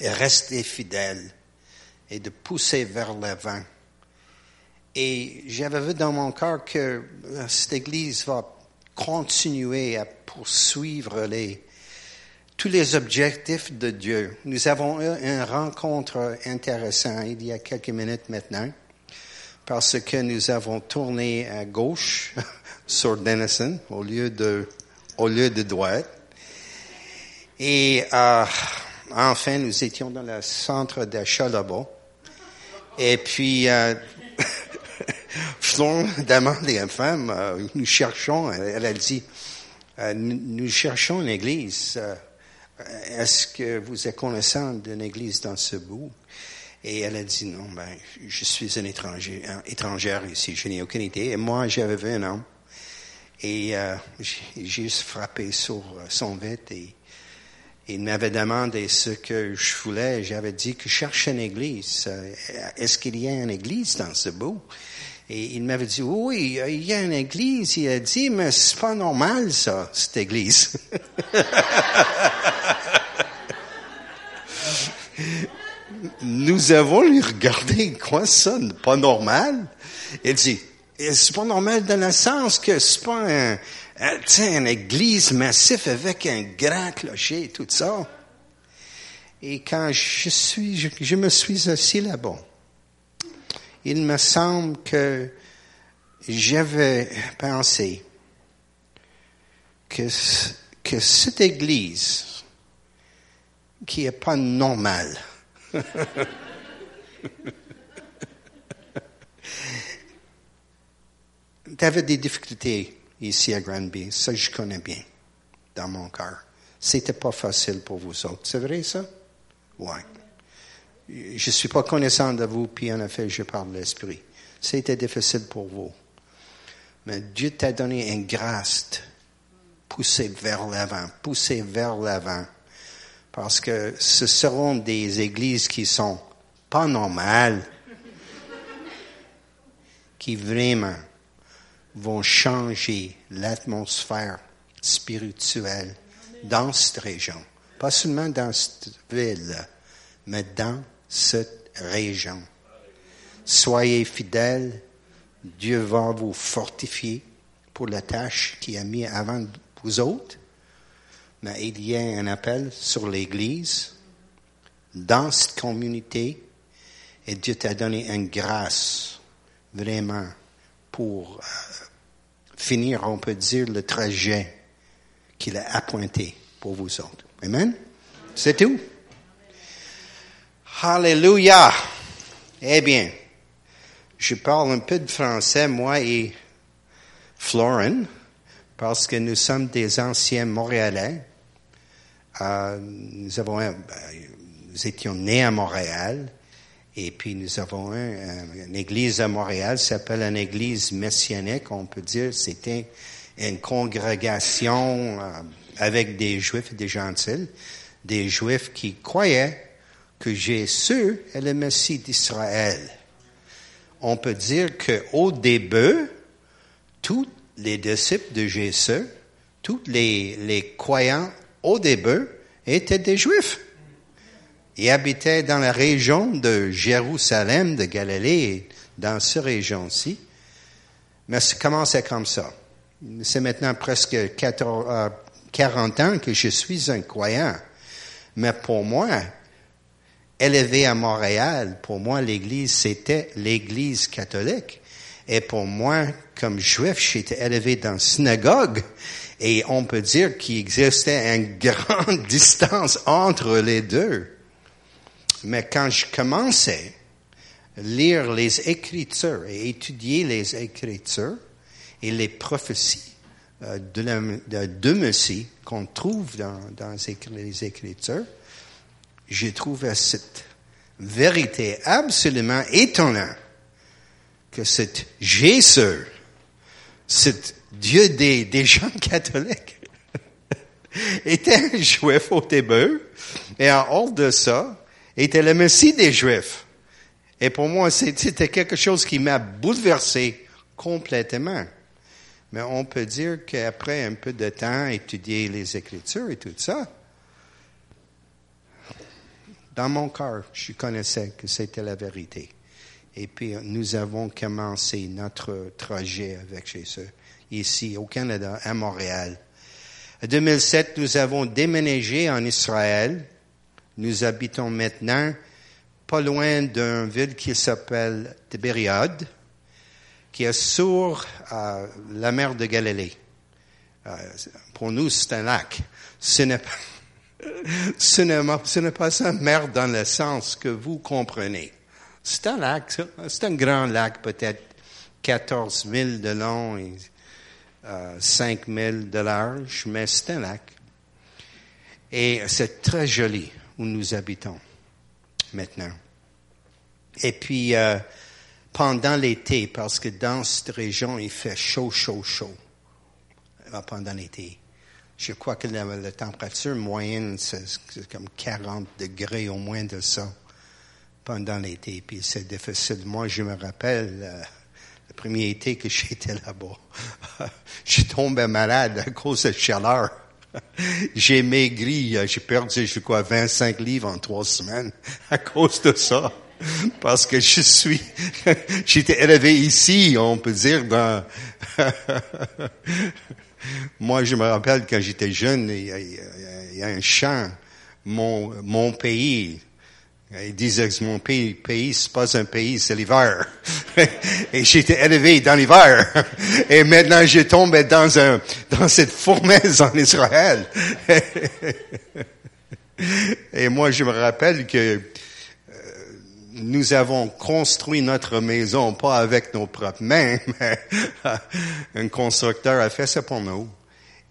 et rester fidèle et de pousser vers l'avant. Et j'avais vu dans mon cœur que euh, cette Église va continuer à poursuivre les, tous les objectifs de Dieu. Nous avons eu une rencontre intéressante il y a quelques minutes maintenant parce que nous avons tourné à gauche sur Denison au lieu de, au lieu de droite. Et euh, enfin, nous étions dans le centre d'achat là-bas. Et puis, euh, Flon demande à la femme, euh, nous cherchons, elle, elle a dit, euh, nous, nous, cherchons une église. euh, Est-ce que vous êtes connaissant d'une église dans ce bout? Et elle a dit, non, ben, je suis un étranger, un étrangère ici, je n'ai aucune idée. Et moi, j'avais 20 ans. Et euh, j'ai juste frappé sur son vêtement et il m'avait demandé ce que je voulais. J'avais dit que je cherche une église. Euh, Est-ce qu'il y a une église dans ce bout? Et il m'avait dit, oui, il y a une église. Il a dit, mais c'est pas normal, ça, cette église. Nous avons lui regardé, quoi, ça, pas normal? Il dit, Eh, c'est pas normal dans le sens que c'est pas un, un, une église massive avec un grand clocher et tout ça. Et quand je suis, je, je me suis assis là-bas, il me semble que j'avais pensé que, que cette église qui est pas normale, T'avais des difficultés ici à Granby. Ça, je connais bien, dans mon cœur. C'était pas facile pour vous autres. C'est vrai, ça? Oui. Je suis pas connaissant de vous, puis en effet, je parle de l'esprit. C'était difficile pour vous. Mais Dieu t'a donné une grâce. Poussez vers l'avant. Poussez vers l'avant. Parce que ce seront des églises qui sont pas normales. qui vraiment vont changer l'atmosphère spirituelle dans cette région. Pas seulement dans cette ville, mais dans cette région. Soyez fidèles, Dieu va vous fortifier pour la tâche qu'il a mis avant vous autres, mais il y a un appel sur l'Église, dans cette communauté, et Dieu t'a donné une grâce vraiment pour euh, finir, on peut dire, le trajet qu'il a appointé pour vous autres. Amen? C'est tout. Alléluia. Eh bien, je parle un peu de français, moi et Florin, parce que nous sommes des anciens Montréalais. Euh, nous avons, un, nous étions nés à Montréal. Et puis nous avons un, une église à Montréal, ça s'appelle une église messianique, on peut dire. C'était une congrégation euh, avec des juifs et des gentils, des juifs qui croyaient que Jésus est le Messie d'Israël. On peut dire que au début, tous les disciples de Jésus, tous les, les croyants au début étaient des juifs. Il habitait dans la région de Jérusalem, de Galilée, dans cette région-ci. Mais ça commençait comme ça. C'est maintenant presque 14, 40 ans que je suis un croyant. Mais pour moi, élevé à Montréal, pour moi, l'Église, c'était l'Église catholique. Et pour moi, comme juif, j'étais élevé dans la synagogue. Et on peut dire qu'il existait une grande distance entre les deux. Mais quand je commençais à lire les Écritures et étudier les Écritures et les prophéties euh, de, la, de, de Messie qu'on trouve dans, dans, les Écritures, j'ai trouvé cette vérité absolument étonnante que c'est Jésus, cet Dieu des, des gens catholiques, était un juif au début, et en hors de ça, était le Messie des Juifs. Et pour moi, c'était quelque chose qui m'a bouleversé complètement. Mais on peut dire qu'après un peu de temps, étudier les Écritures et tout ça, Dans mon cœur, je connaissais que c'était la vérité. Et puis, nous avons commencé notre trajet avec Jésus, ici, au Canada, à Montréal. En 2007, nous avons déménagé en Israël. Nous habitons maintenant pas loin d'une ville qui s'appelle Tibériade, qui est sur euh, la mer de Galilée. Euh, pour nous, c'est un lac. Ce n'est pas, ce n'est pas, ce n'est pas ça, mer dans le sens que vous comprenez. C'est un lac, ça. c'est un grand lac, peut-être 14 000 de long et euh, 5 000 de large, mais c'est un lac. Et c'est très joli où nous habitons maintenant. Et puis, euh, pendant l'été, parce que dans cette région, il fait chaud, chaud, chaud euh, pendant l'été. Je crois que la, la température moyenne, c'est, c'est comme 40 degrés au moins de ça pendant l'été. Puis c'est difficile. Moi, je me rappelle euh, le premier été que j'étais là-bas. je tombais malade à cause de la chaleur. J'ai maigri, euh, j'ai perdu, je crois, 25 livres en trois semaines à cause de ça. Parce que je suis, j'étais élevé ici, on peut dire, dans... Moi, je me rappelle quand j'étais jeune, il y a, il y a un chant, mon, mon pays. Euh, Ils disaient que mon pays, pays, c'est pas un pays, c'est l'hiver. Et j'étais élevé dans l'hiver. Et maintenant, je tombe dans un, dans cette fournaise en Israël. Et moi, je me rappelle que euh, nous avons construit notre maison, pas avec nos propres mains, mais un constructeur a fait ça pour nous.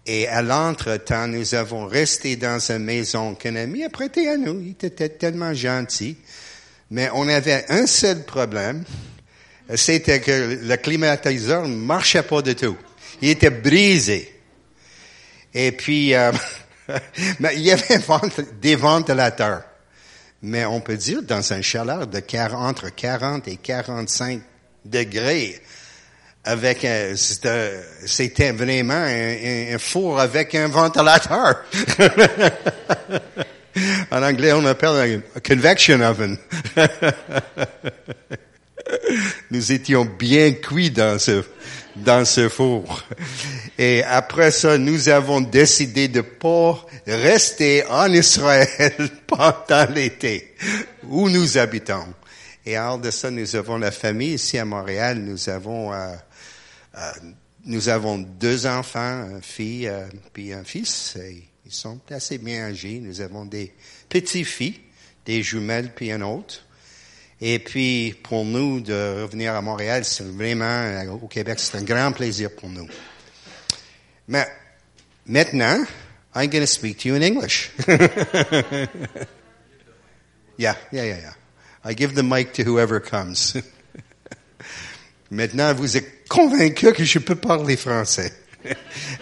Et à l'entretemps, nous avons resté dans une maison qu'un ami a prêtée à nous. Il était tellement gentil. Mais on avait un seul problème. C'était que le climatiseur ne marchait pas du tout. Il était brisé. Et puis, euh, mais il y avait des ventilateurs. Mais on peut dire dans un chaleur de 40, entre 40 et 45 degrés, avec un, c'était, c'était vraiment un, un, four avec un ventilateur. en anglais, on appelle un convection oven. Nous étions bien cuits dans ce dans ce four. Et après ça, nous avons décidé de pas rester en Israël pendant l'été où nous habitons. Et hors de ça, nous avons la famille ici à Montréal. Nous avons euh, euh, nous avons deux enfants, une fille euh, puis un fils. Et ils sont assez bien âgés. Nous avons des petits-filles, des jumelles puis un autre. Et puis, pour nous, de revenir à Montréal, c'est vraiment, euh, au Québec, c'est un grand plaisir pour nous. Mais maintenant, I'm going to speak to you in English. yeah, yeah, yeah, yeah. I give the mic to whoever comes. Maintenant, vous êtes convaincu que je peux parler français.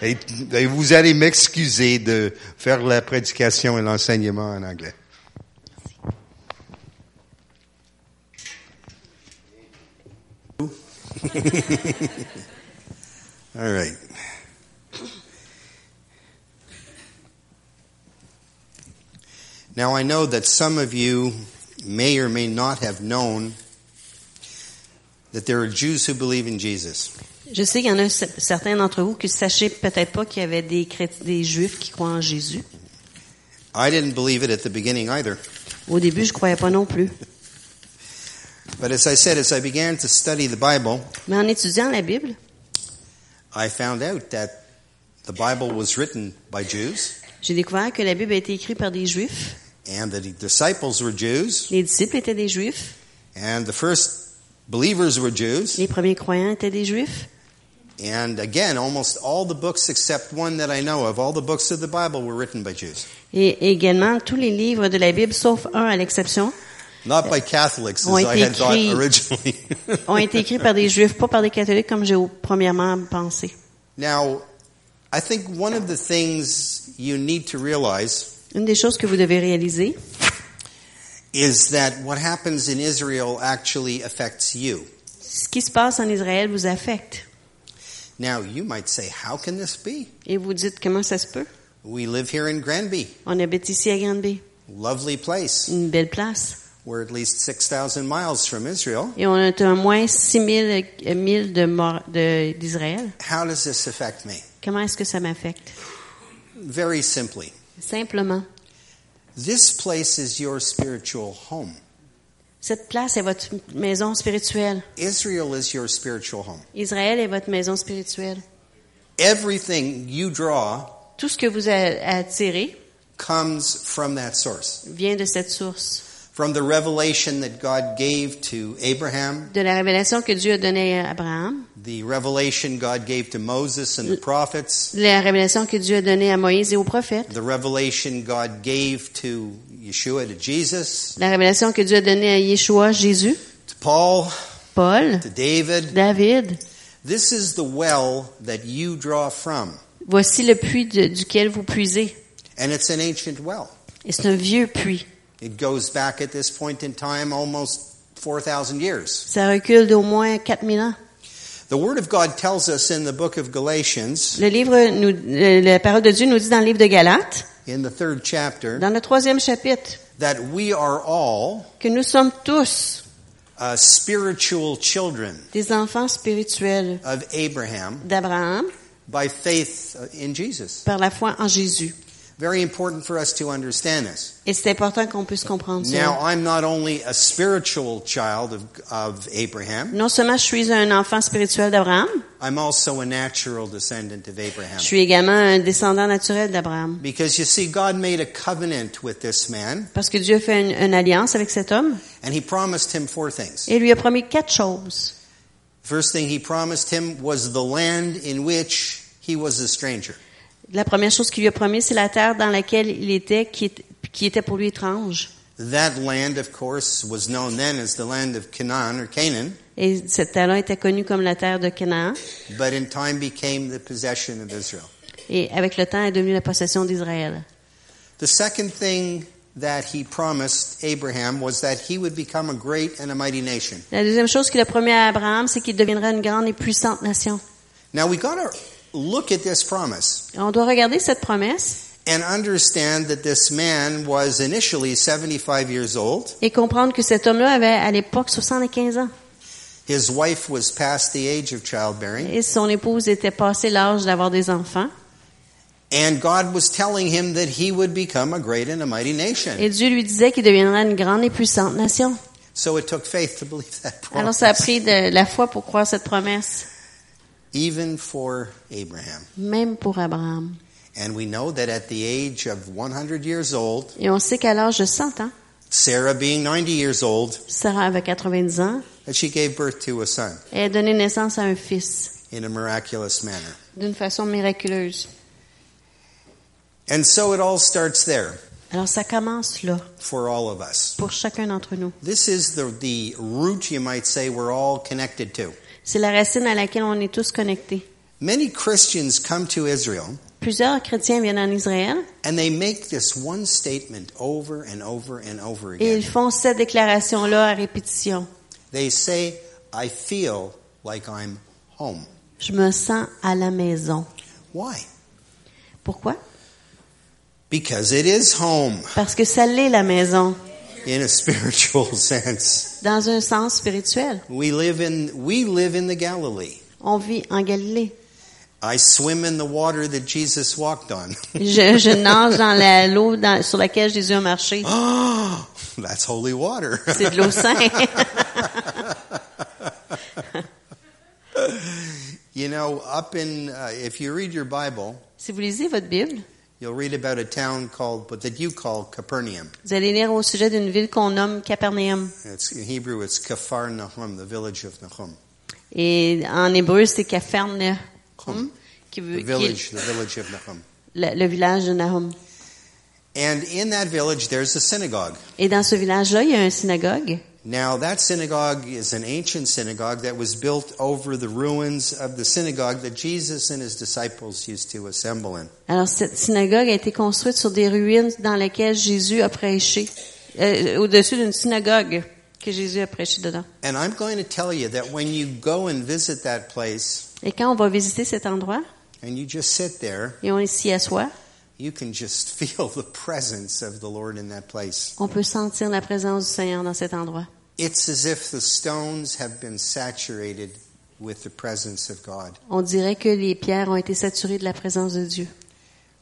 et, et, vous allez m'excuser de faire la prédication et l'enseignement en anglais. All right. Now I know that some of you may or may not have known that there are Jews who believe in Jesus. Je sais qu'il y en a certains d'entre vous qui sachez peut-être pas qu'il y avait des, chrétiens, des juifs qui croient en Jésus. I didn't believe it at the beginning either. Au début, je croyais pas non plus. But as I said, as I began to study the Bible, Mais en étudiant la Bible, I found out that the Bible was written by Jews j'ai découvert que la Bible a été écrite par des juifs. and that the disciples were Jews Les disciples étaient des juifs. and the first believers were Jews. Les premiers croyants étaient des juifs. And again, almost all the books except one that I know of, all the books of the Bible were written by Jews. Et également, tous les livres de la Bible, sauf un à l'exception, Not by Catholics, as Ont I had été thought écrits. originally. ont été écrits par des juifs, pas par des catholiques comme j'ai au- premièrement pensé. now, I think one of the things you need to realize Une des choses que vous devez réaliser, is that what happens in Israel actually affects you. ce qui se passe en Israël vous affecte. Now, you might say, how can this be? Et vous dites comment ça se peut? We live here in Granby. On habite ici à Granby. lovely place. une belle place. We're at least 6,000 miles from Israel. Et on est à moins 6000 milles de Mor- de- d'Israël. How does this affect me? Comment est-ce que ça m'affecte? Very simply, Simplement, this place is your spiritual home. cette place est votre maison spirituelle. Israel is your spiritual home. Israël est votre maison spirituelle. Everything you draw Tout ce que vous a- attirez comes from that source, vient de cette source, from the revelation that God gave to Abraham, de la révélation que Dieu a donnée à Abraham, the revelation God gave to Moses and the prophets, de la révélation que Dieu a donnée à Moïse et aux prophètes, the revelation God gave to Yeshua, to Jesus, de la révélation que Dieu a donnée à Yeshua, Jésus, to Paul, Paul, to David. David. This is the well that you draw from, Voici le puits de- duquel vous puisez. and it's an ancient well. Et c'est un vieux puits. It goes back at this point in time almost 4,000 years. Ça recule d'au moins 4000 ans. The Word of God tells us in the book of Galatians, Le livre nous, le- la parole de Dieu nous dit dans le livre de Galates, in the third chapter, dans le troisième chapitre, that we are all que nous sommes tous uh, spiritual children des enfants spirituels of Abraham d'Abraham by faith uh, in Jesus. par la foi en Jésus. Very important for us to understand this. Et c'est important qu'on puisse comprendre Now, ça. I'm not only a spiritual child of, of Abraham, Non seulement je suis un enfant spirituel d'Abraham, I'm also a natural descendant of Abraham. je suis également un descendant naturel d'Abraham. Because you see, God made a covenant with this man, Parce que Dieu fait une, une alliance avec cet homme and he promised him four things. et lui a promis quatre choses. First thing he promised him was the land in which he was a stranger. La première chose qu'il lui a promis, c'est la terre dans laquelle il était, qui, est- qui était pour lui étrange. That land, of course, was known then as the land of Canaan or Canaan, Et cette terre-là était connue comme la terre de Canaan. but in time became the possession of Israel. Et avec le temps, elle est devenue la possession d'Israël. The second thing that he promised Abraham was that he would become a great and a mighty nation. La deuxième chose qu'il a promis à Abraham, c'est qu'il deviendrait une grande et puissante nation. Now we gotta look at this promise On doit regarder cette promesse and understand that this man was initially 75 years old. et comprendre que cet homme-là avait à l'époque 75 ans. His wife was past the age of childbearing. Et son épouse était passée l'âge d'avoir des enfants. And God was telling him that he would become a great and a mighty nation. Et Dieu lui disait qu'il deviendrait une grande et puissante nation. So it took faith to believe that Alors ça a promise, pris de la foi pour croire cette promesse, even for Abraham. même pour Abraham. And we know that at the age of 100 years old, Et on sait qu'à l'âge de 100 ans, Sarah being 90 years old, Sarah avait 90 ans, that she gave birth to a son elle a donné naissance à un fils in a miraculous manner. d'une façon miraculeuse. And so it all starts there Alors ça commence là, for all of us. pour chacun d'entre nous. This is the, the root, you might say, we're all connected to. C'est la racine à laquelle on est tous connectés. Many Christians come to Israel Plusieurs chrétiens viennent en Israël and they make this one statement over and over and over et again. ils font cette déclaration-là à répétition. They say, I feel like I'm home. Je me sens à la maison. Why? Pourquoi? Because it is home Parce que ça l'est la maison, in a spiritual sense. dans un sens spirituel. We live in we live in the Galilee. On vit en Galilée. I swim in the water that Jesus walked on. Je, je nage dans la- l'eau dans- sur laquelle Jésus a marché. Oh, that's holy water. C'est de l'eau sainte. you know, up in uh, if you read your Bible, si vous lisez votre Bible, you'll read about a town called but that you call Capernaum. vous allez lire au sujet d'une ville qu'on nomme Capernaum. It's in Hebrew it's Kafar Nahum, the village of Nahum. Et en hébreu, c'est Capernaum, qui The veut qui est village, the village of Nahum. le, le village de Nahum. And in that village there's a synagogue. Et dans ce village-là, il y a une synagogue. Now, that synagogue is an ancient synagogue that was built over the ruins of the synagogue that Jesus and his disciples used to assemble in. Alors cette synagogue a été construite sur des ruines dans lesquelles Jésus a prêché, euh, au-dessus d'une synagogue que Jésus a prêché dedans. And I'm going to tell you that when you go and visit that place Et quand on va visiter cet endroit and you just sit there, et on s'y assoit, you can just feel the presence of the Lord in that place. On peut sentir la présence du Seigneur dans cet endroit. It's as if the stones have been saturated with the presence of God. On dirait que les pierres ont été saturées de la présence de Dieu.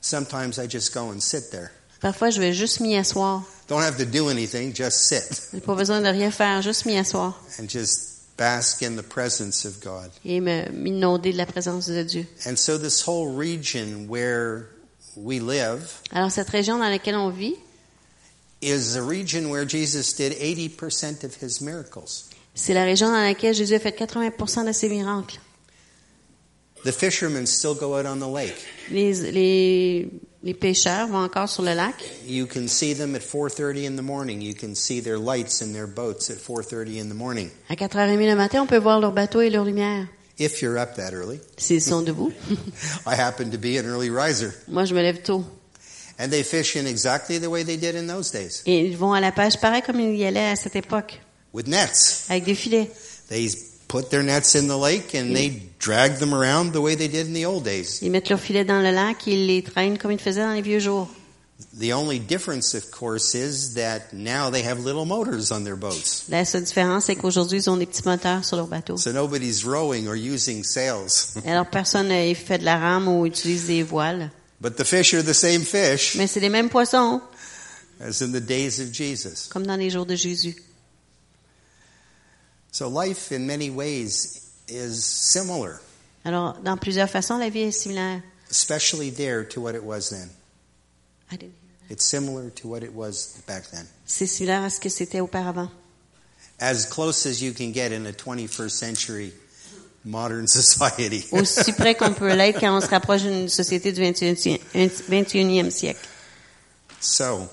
Sometimes I just go and sit there. Parfois, je vais juste m'y asseoir. Don't have to do anything, just sit J'ai pas besoin de rien faire, juste m'y asseoir and just bask in the presence of God. et me- m'inonder de la présence de Dieu. And so this whole region where we live Alors, cette région dans laquelle on vit, is the region where Jesus did 80% of his miracles. c'est la région dans laquelle Jésus a fait 80 de ses miracles. The fishermen still go out on the lake. Les, les, les pêcheurs vont encore sur le lac. You can see them at 4:30 in the morning. You can see their lights in their boats at 4:30 in the morning À 4h30 le matin, on peut voir leur bateau et leur lumière, if you're up that early. s'ils sont debout. I happen to be an early riser. Moi, je me lève tôt. And they fish in exactly the way they did in those days Et ils vont à la pêche pareil comme ils y allaient à cette époque, with nets. avec des filets. They put their nets in the lake and they drag them around the way they did in the old days. Ils mettent leurs filets dans le lac et ils les traînent comme ils le faisaient dans les vieux jours. The only difference, of course, is that now they have little motors on their boats. La seule différence, c'est qu'aujourd'hui, ils ont des petits moteurs sur leur bateau. So nobody's rowing or using sails. Alors, personne n'a fait de la rame ou utilise des voiles. But the fish are the same fish Mais c'est les mêmes poissons, as in the days of Jesus. comme dans les jours de Jésus. So life in many ways is similar, Alors, dans plusieurs façons, la vie est similaire. especially there to what it was then. It's similar to what it was back then. C'est similaire à ce que c'était auparavant. As close as you can get in a 21st century modern society. Aussi près qu'on peut l'être quand on se rapproche d'une société du 21e 21e siècle. so,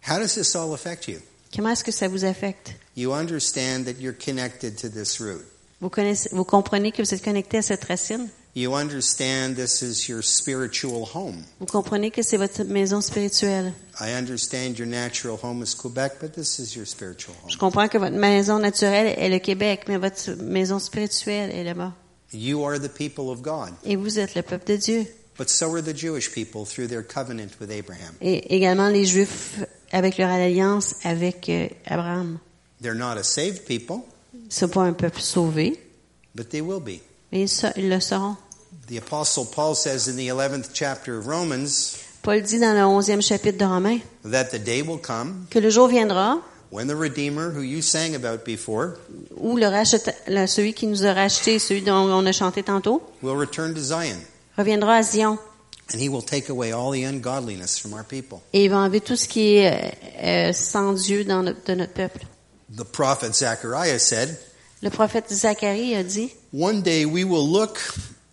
how does this all affect you? Comment est-ce que ça vous affecte? You understand that you're connected to this root. Vous, connaissez, vous comprenez que vous êtes connecté à cette racine? You understand this is your spiritual home. Vous comprenez que c'est votre maison spirituelle. I understand your natural home is Quebec, but this is your spiritual home. Je comprends que votre maison naturelle est le Québec, mais votre maison spirituelle est là-bas. You are the people of God. Et vous êtes le peuple de Dieu. But so are the Jewish people through their covenant with Abraham. Et également les Juifs avec leur alliance avec euh, Abraham. They're not a saved people, Ils ne sont pas un peuple sauvé, but they will be. mais ils, se- ils le seront. The Apostle Paul says in the 11th chapter of Romans Paul dit dans le 11e chapitre de Romains that the day will come que le jour viendra when the Redeemer, who you sang about before, où le racheta- le- celui qui nous a racheté, celui dont on a chanté tantôt, will return to Zion, reviendra à Zion and he will take away all the ungodliness from our people. et il va enlever tout ce qui est euh, euh, sans Dieu dans notre- de notre peuple. The prophet Zechariah said, Le prophète Zacharie a dit, One day we will look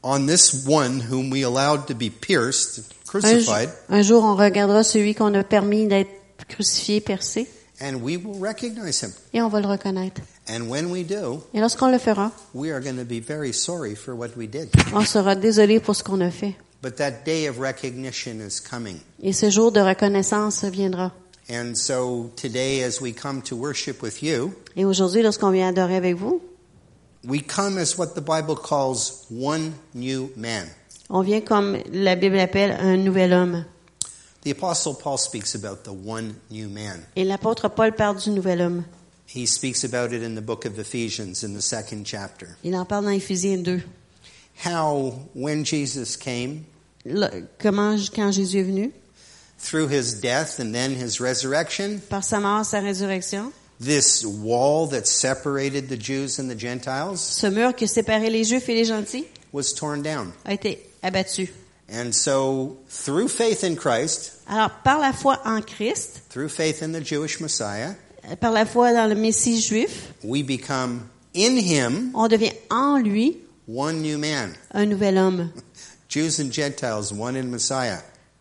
on this one whom we allowed to be pierced, un, jour- crucified, un jour on regardera celui qu'on a permis d'être crucifié, percé, and we will recognize him. et on va le reconnaître. And when we do, Et lorsqu'on le fera, we are going to be very sorry for what we did. on sera désolé pour ce qu'on a fait. But that day of recognition is coming. Et ce jour de reconnaissance viendra. And so today, as we come to worship with you, Et aujourd'hui, lorsqu'on vient adorer avec vous, we come as what the Bible calls one new man. on vient comme la Bible appelle un nouvel homme. The Apostle Paul speaks about the one new man. Et l'apôtre Paul parle du nouvel homme. He speaks about it in the book of Ephesians in the second chapter. Il en parle dans Éphésiens 2. How, when Jesus came, Le- comment, quand Jésus est venu, through his death and then his resurrection, par sa mort, sa résurrection, this wall that separated the Jews and the Gentiles ce mur qui séparait les Juifs et les gentils was torn down. a été abattu. And so, through faith in Christ, Alors, par la foi en Christ, through faith in the Jewish Messiah, par la foi dans le Messie juif, we become in him on devient en lui one new man. un nouvel homme. Jews and Gentiles, one in Messiah.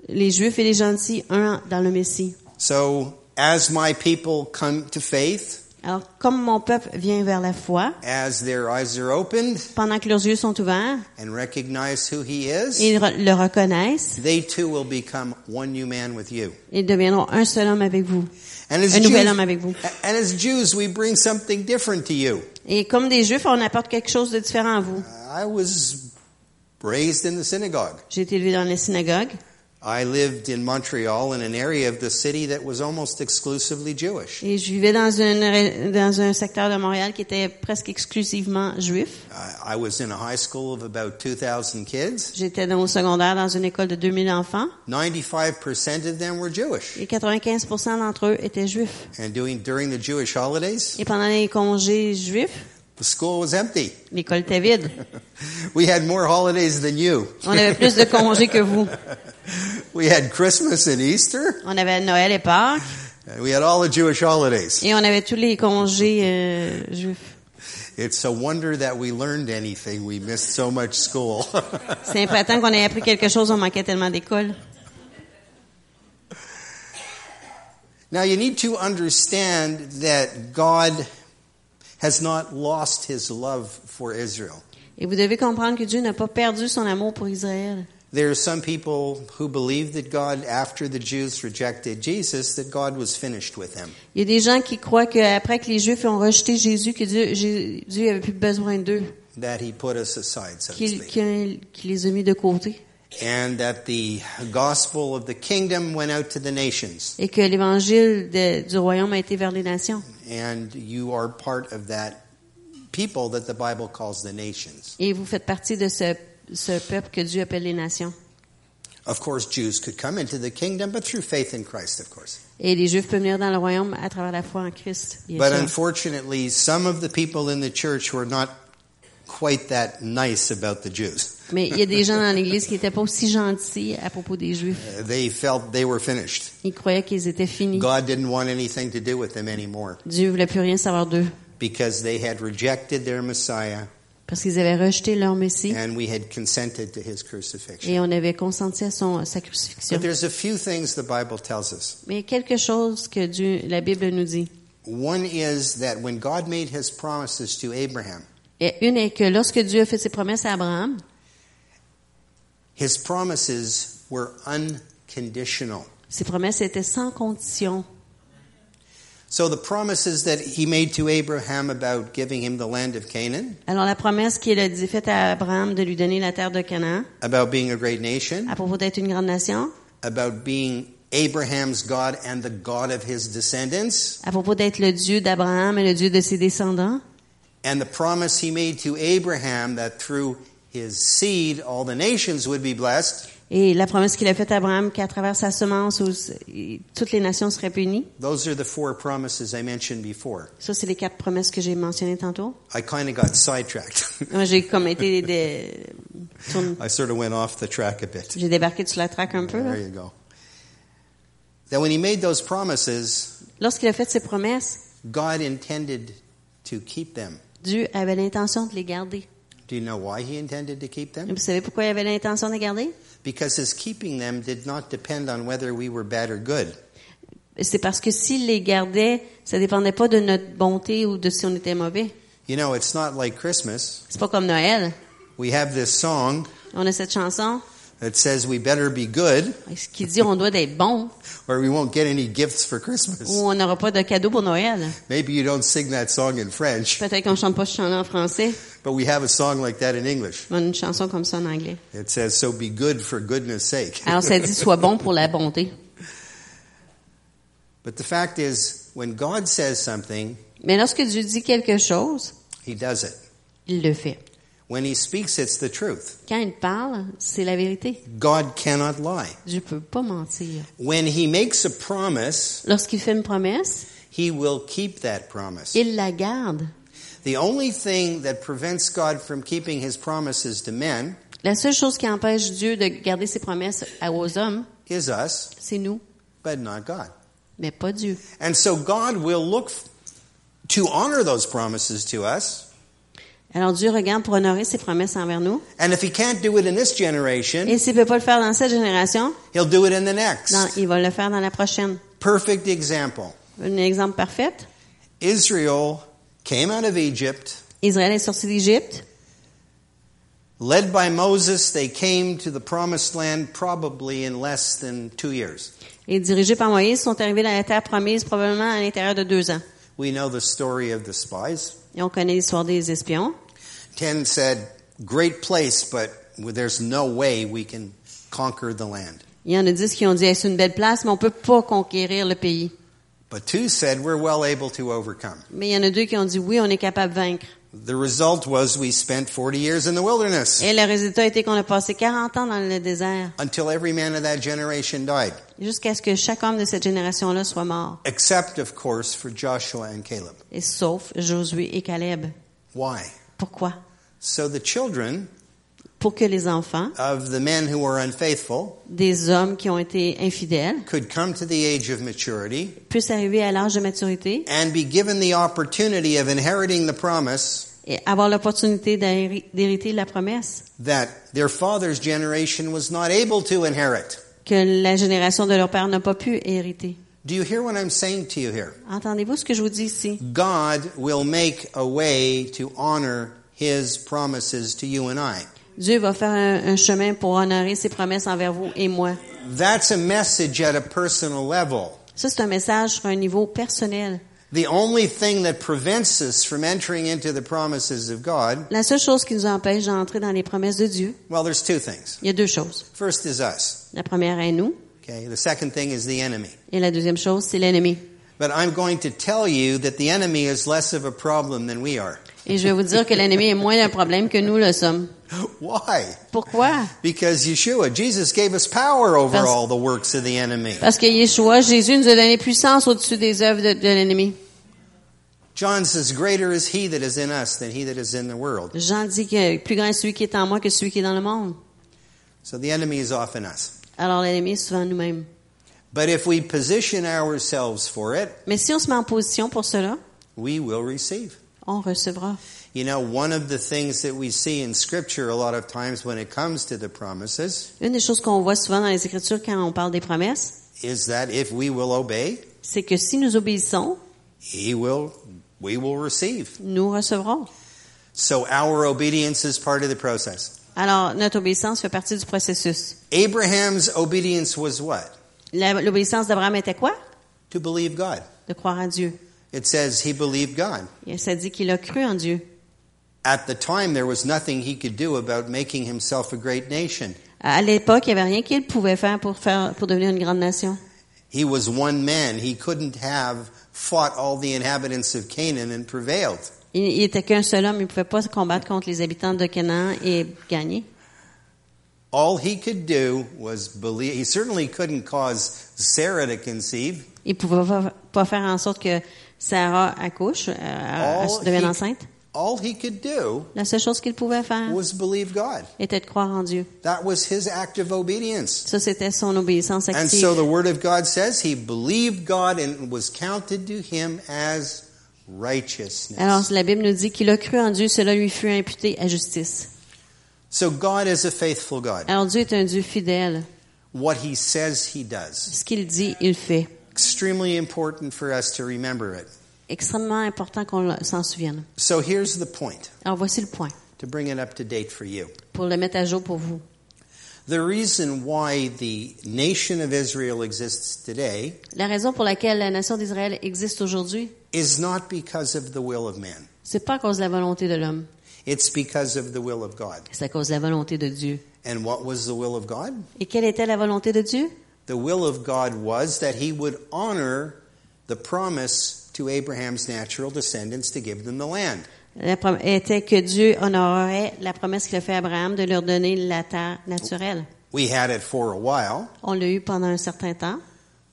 Les Juifs et les gentils, un dans le Messie. So, as my people come to faith, Alors, comme mon peuple vient vers la foi, as their eyes are opened pendant que leurs yeux sont ouverts, and recognize who he is, ils re- le reconnaissent, they too will become one new man with you. ils deviendront un seul homme avec vous. And as Un nouvel Jews, homme avec vous. and as Jews, we bring something different to you. Et comme des Juifs, on apporte quelque chose de différent à vous. I was raised in the synagogue. J'ai été élevé dans la synagogue. I lived in Montreal in an area of the city that was almost exclusively Jewish. Et je vivais dans, une ré- dans un secteur de Montréal qui était presque exclusivement juif. I, I was in a high school of about 2,000 kids. J'étais dans- au secondaire dans une école de 2000 enfants 95% of them were Jewish. et 95% d'entre eux étaient juifs. And doing, during the Jewish holidays, Et pendant les congés juifs, the school was empty. l'école était vide. We had more holidays than you. On avait plus de congés que vous. We had Christmas and Easter. On avait Noël et Pâques And we had all the Jewish holidays. et on avait tous les congés euh, juifs. It's a wonder that we learned anything. We missed so much school. C'est important qu'on ait appris quelque chose, on manquait tellement d'école. Now you need to understand that God has not lost his love for Israel. Et vous devez comprendre que Dieu n'a pas perdu son amour pour Israël. There are some people who believe that God, after the Jews rejected Jesus, that God was finished with him. Il y a des gens qui croient qu'après que les Juifs ont rejeté Jésus, que Dieu, Jé- Dieu avait plus besoin d'eux, That he put us aside, so to qu'il speak. qu'il- qu'il les a mis de côté, And that the gospel of the kingdom went out to the nations. et que l'évangile de- du royaume a été vers les nations. And you are part of that people that the Bible calls the nations. Et vous faites partie de ce, ce peuple que Dieu appelle les nations. Of course, Jews could come into the kingdom, but through faith in Christ, of course. Et les Juifs peuvent venir dans le royaume à travers la foi en Christ. bien But sûr. unfortunately, some of the people in the church were not quite that nice about the Jews. Mais il y a des gens dans l'Église qui n'étaient pas aussi gentils à propos des Juifs. Uh, They felt they were finished. Ils croyaient qu'ils étaient finis. God didn't want anything to do with them anymore Dieu voulait plus rien savoir d'eux because they had rejected their Messiah parce qu'ils avaient rejeté leur Messie and we had consented to his crucifixion. et on avait consenti à son, à sa crucifixion. But there's a few things the Bible tells us. Mais quelque chose que Dieu, la Bible nous dit. One is that when God made his promises to Abraham, Et une est que lorsque Dieu a fait ses promesses à Abraham, his promises were unconditional. ses promesses étaient sans condition. So the promises that he made to Abraham about giving him the land of Canaan Alors la promesse qu'il a dit- faite à Abraham de lui donner la terre de Canaan about being a great nation, à propos d'être une grande nation, about being Abraham's God and the God of his descendants, à propos d'être le Dieu d'Abraham et le Dieu de ses descendants, and the promise he made to Abraham that through his seed all the nations would be blessed. et la promesse qu'il a faite à Abraham qu'à travers sa semence, où s- toutes les nations seraient punies. Those are the four promises I mentioned before. Ça, c'est les quatre promesses que j'ai mentionnées tantôt. I kind of got sidetracked. Moi, j'ai comme été... des- tourne- I sort of went off the track a bit. J'ai débarqué sur la traque un peu. là. There you go. That when he made those promises, Lorsqu'il a fait ses promesses, God intended to keep them. Dieu avait l'intention de les garder. Do you know why he intended to keep Et them? vous savez pourquoi il avait l'intention de les garder? Because his keeping them did not depend on whether we were bad or good. C'est parce que s'il les gardait, ça dépendait pas de notre bonté ou de si on était mauvais. You know, it's not like Christmas. C'est pas comme Noël. We have this song On a cette chanson that says we better be good ce qui dit on doit être bon or we won't get any gifts for Christmas. ou on n'aura pas de cadeau pour Noël. Maybe you don't sing that song in French, Peut-être qu'on chante pas ce chant-là en français, but we have a song like that in English. mais on a une chanson comme ça en anglais. It says, So be good for goodness sake. Alors ça dit sois bon pour la bonté. But the fact is, when God says something, Mais lorsque Dieu dit quelque chose, he does it. il le fait. When he speaks, it's the truth. Quand il parle, c'est la vérité. God cannot lie. Dieu peut pas mentir. When he makes a promise, Lorsqu'il fait une promesse, he will keep that promise. il la garde. The only thing that prevents God from keeping his promises to men La seule chose qui empêche Dieu de garder ses promesses à- aux hommes, is us, c'est nous, but not God. mais pas Dieu. And so God will look f- to honor those promises to us. Alors Dieu regarde pour honorer ses promesses envers nous. And if he can't do it in this generation, Et s'il ne peut pas le faire dans cette génération, he'll do it in the dans- next. il va le faire dans la prochaine. Perfect example. Un exemple parfait. Israel came out of Egypt, Israël est sorti d'Égypte. led by Moses, they came to the promised land probably in less than 2 years. Et dirigés par Moïse, sont arrivés dans la terre promise probablement à l'intérieur de deux ans. We know the story of the spies. Et on connaît l'histoire des espions. 10 said, "Great place, but there's no way we can conquer the land. Il y en a dix qui ont dit, Hey, c'est une belle place, mais on peut pas conquérir le pays. But two said we're well able to overcome. Mais il y en a deux qui ont dit, oui, on est capable de vaincre. The result was we spent 40 years in the wilderness Et le résultat était qu'on a passé 40 ans dans le désert, until every man of that generation died, jusqu'à ce que chaque homme de cette génération-là soit mort, except, of course, for Joshua and Caleb. et sauf Josué et Caleb. Why? Pourquoi? So the children Pour que les enfants of the men who were unfaithful des hommes qui ont été infidèles could come to the age of maturity puissent arriver à l'âge de maturité and be given the opportunity of inheriting the promise et avoir l'opportunité d'héri- d'hériter de la promesse that their father's generation was not able to inherit. que la génération de leur père n'a pas pu hériter. Do you hear what I'm saying to you here? Entendez-vous ce que je vous dis ici? God will make a way to honor his promises to you and I. Dieu va faire un, un chemin pour honorer ses promesses envers vous et moi. That's a message at a personal level. Ça, c'est un message sur un niveau personnel. The only thing that prevents us from entering into the promises of God, La seule chose qui nous empêche d'entrer dans les promesses de Dieu, well, there's two things. il y a deux choses. First is us. La première est nous, Okay. The second thing is the enemy. et la deuxième chose, c'est l'ennemi. But I'm going to tell you that the enemy is less of a problem than we are. Et je vais vous dire que l'ennemi est moins un problème que nous le sommes. Why? Pourquoi? Because Yeshua, Jesus gave us power over Parce- all the works of the enemy. Parce que Yeshua, Jésus, nous a donné puissance au-dessus des œuvres de, de l'ennemi. John says, Greater is he that is in us than he that is in the world. Jean dit que plus grand est celui qui est en moi que celui qui est dans le monde. So the enemy is often us. Alors l'ennemi est souvent nous-mêmes. But if we position ourselves for it, Mais si on se met en position pour cela, we will receive. on recevra. You know, one of the things that we see in Scripture a lot of times when it comes to the promises Une des choses qu'on voit souvent dans les Écritures quand on parle des promesses, is that if we will obey, c'est que si nous obéissons, he will, we will receive. nous recevrons. So our obedience is part of the process. Alors notre obéissance fait partie du processus. Abraham's obedience was what? La- L'obéissance d'Abraham était quoi? To believe God. De croire en Dieu. It says he believed God. Et ça dit qu'il a cru en Dieu. At the time, there was nothing he could do about making himself a great nation. À l'époque, il n'y avait rien qu'il pouvait faire pour faire pour devenir une grande nation. He was one man. He couldn't have fought all the inhabitants of Canaan and prevailed. Il, il était qu'un seul homme, il ne pouvait pas se combattre contre les habitants de Canaan et gagner. All he could do was believe. He certainly couldn't cause Sarah to conceive. Il ne pouvait pas- pas faire en sorte que Sarah accouche, euh, elle se devienne Oh, he- enceinte. All he could do La seule chose qu'il pouvait faire was believe God. était de croire en Dieu. That was his act of obedience. Ça, c'était son obéissance And active. so the Word of God says he believed God and was counted to him as Alors, righteousness. la Bible nous dit qu'il a cru en Dieu, cela lui fut imputé à justice. So God is a faithful God. Alors, Dieu est un Dieu fidèle. What he says, he does. Ce qu'il dit, il fait. Extremely important for us to remember it. Extrêmement important qu'on le- s'en souvienne. So here's the point Alors, voici le point to bring it up to date for you. pour le mettre à jour pour vous. The reason why the nation of Israel exists today La raison pour laquelle la nation d'Israël existe aujourd'hui, is not because of the will of man. c'est pas à cause de la volonté de l'homme, It's because of the will of God. c'est à cause de la volonté de Dieu. And what was the will of God? Et quelle était la volonté de Dieu? The will of God was that he would honor the promise to Abraham's natural descendants to give them the land. La prom- était que Dieu honorerait la promesse qu'il a fait à Abraham de leur donner la terre naturelle. We had it for a while, On l'a eu pendant un certain temps,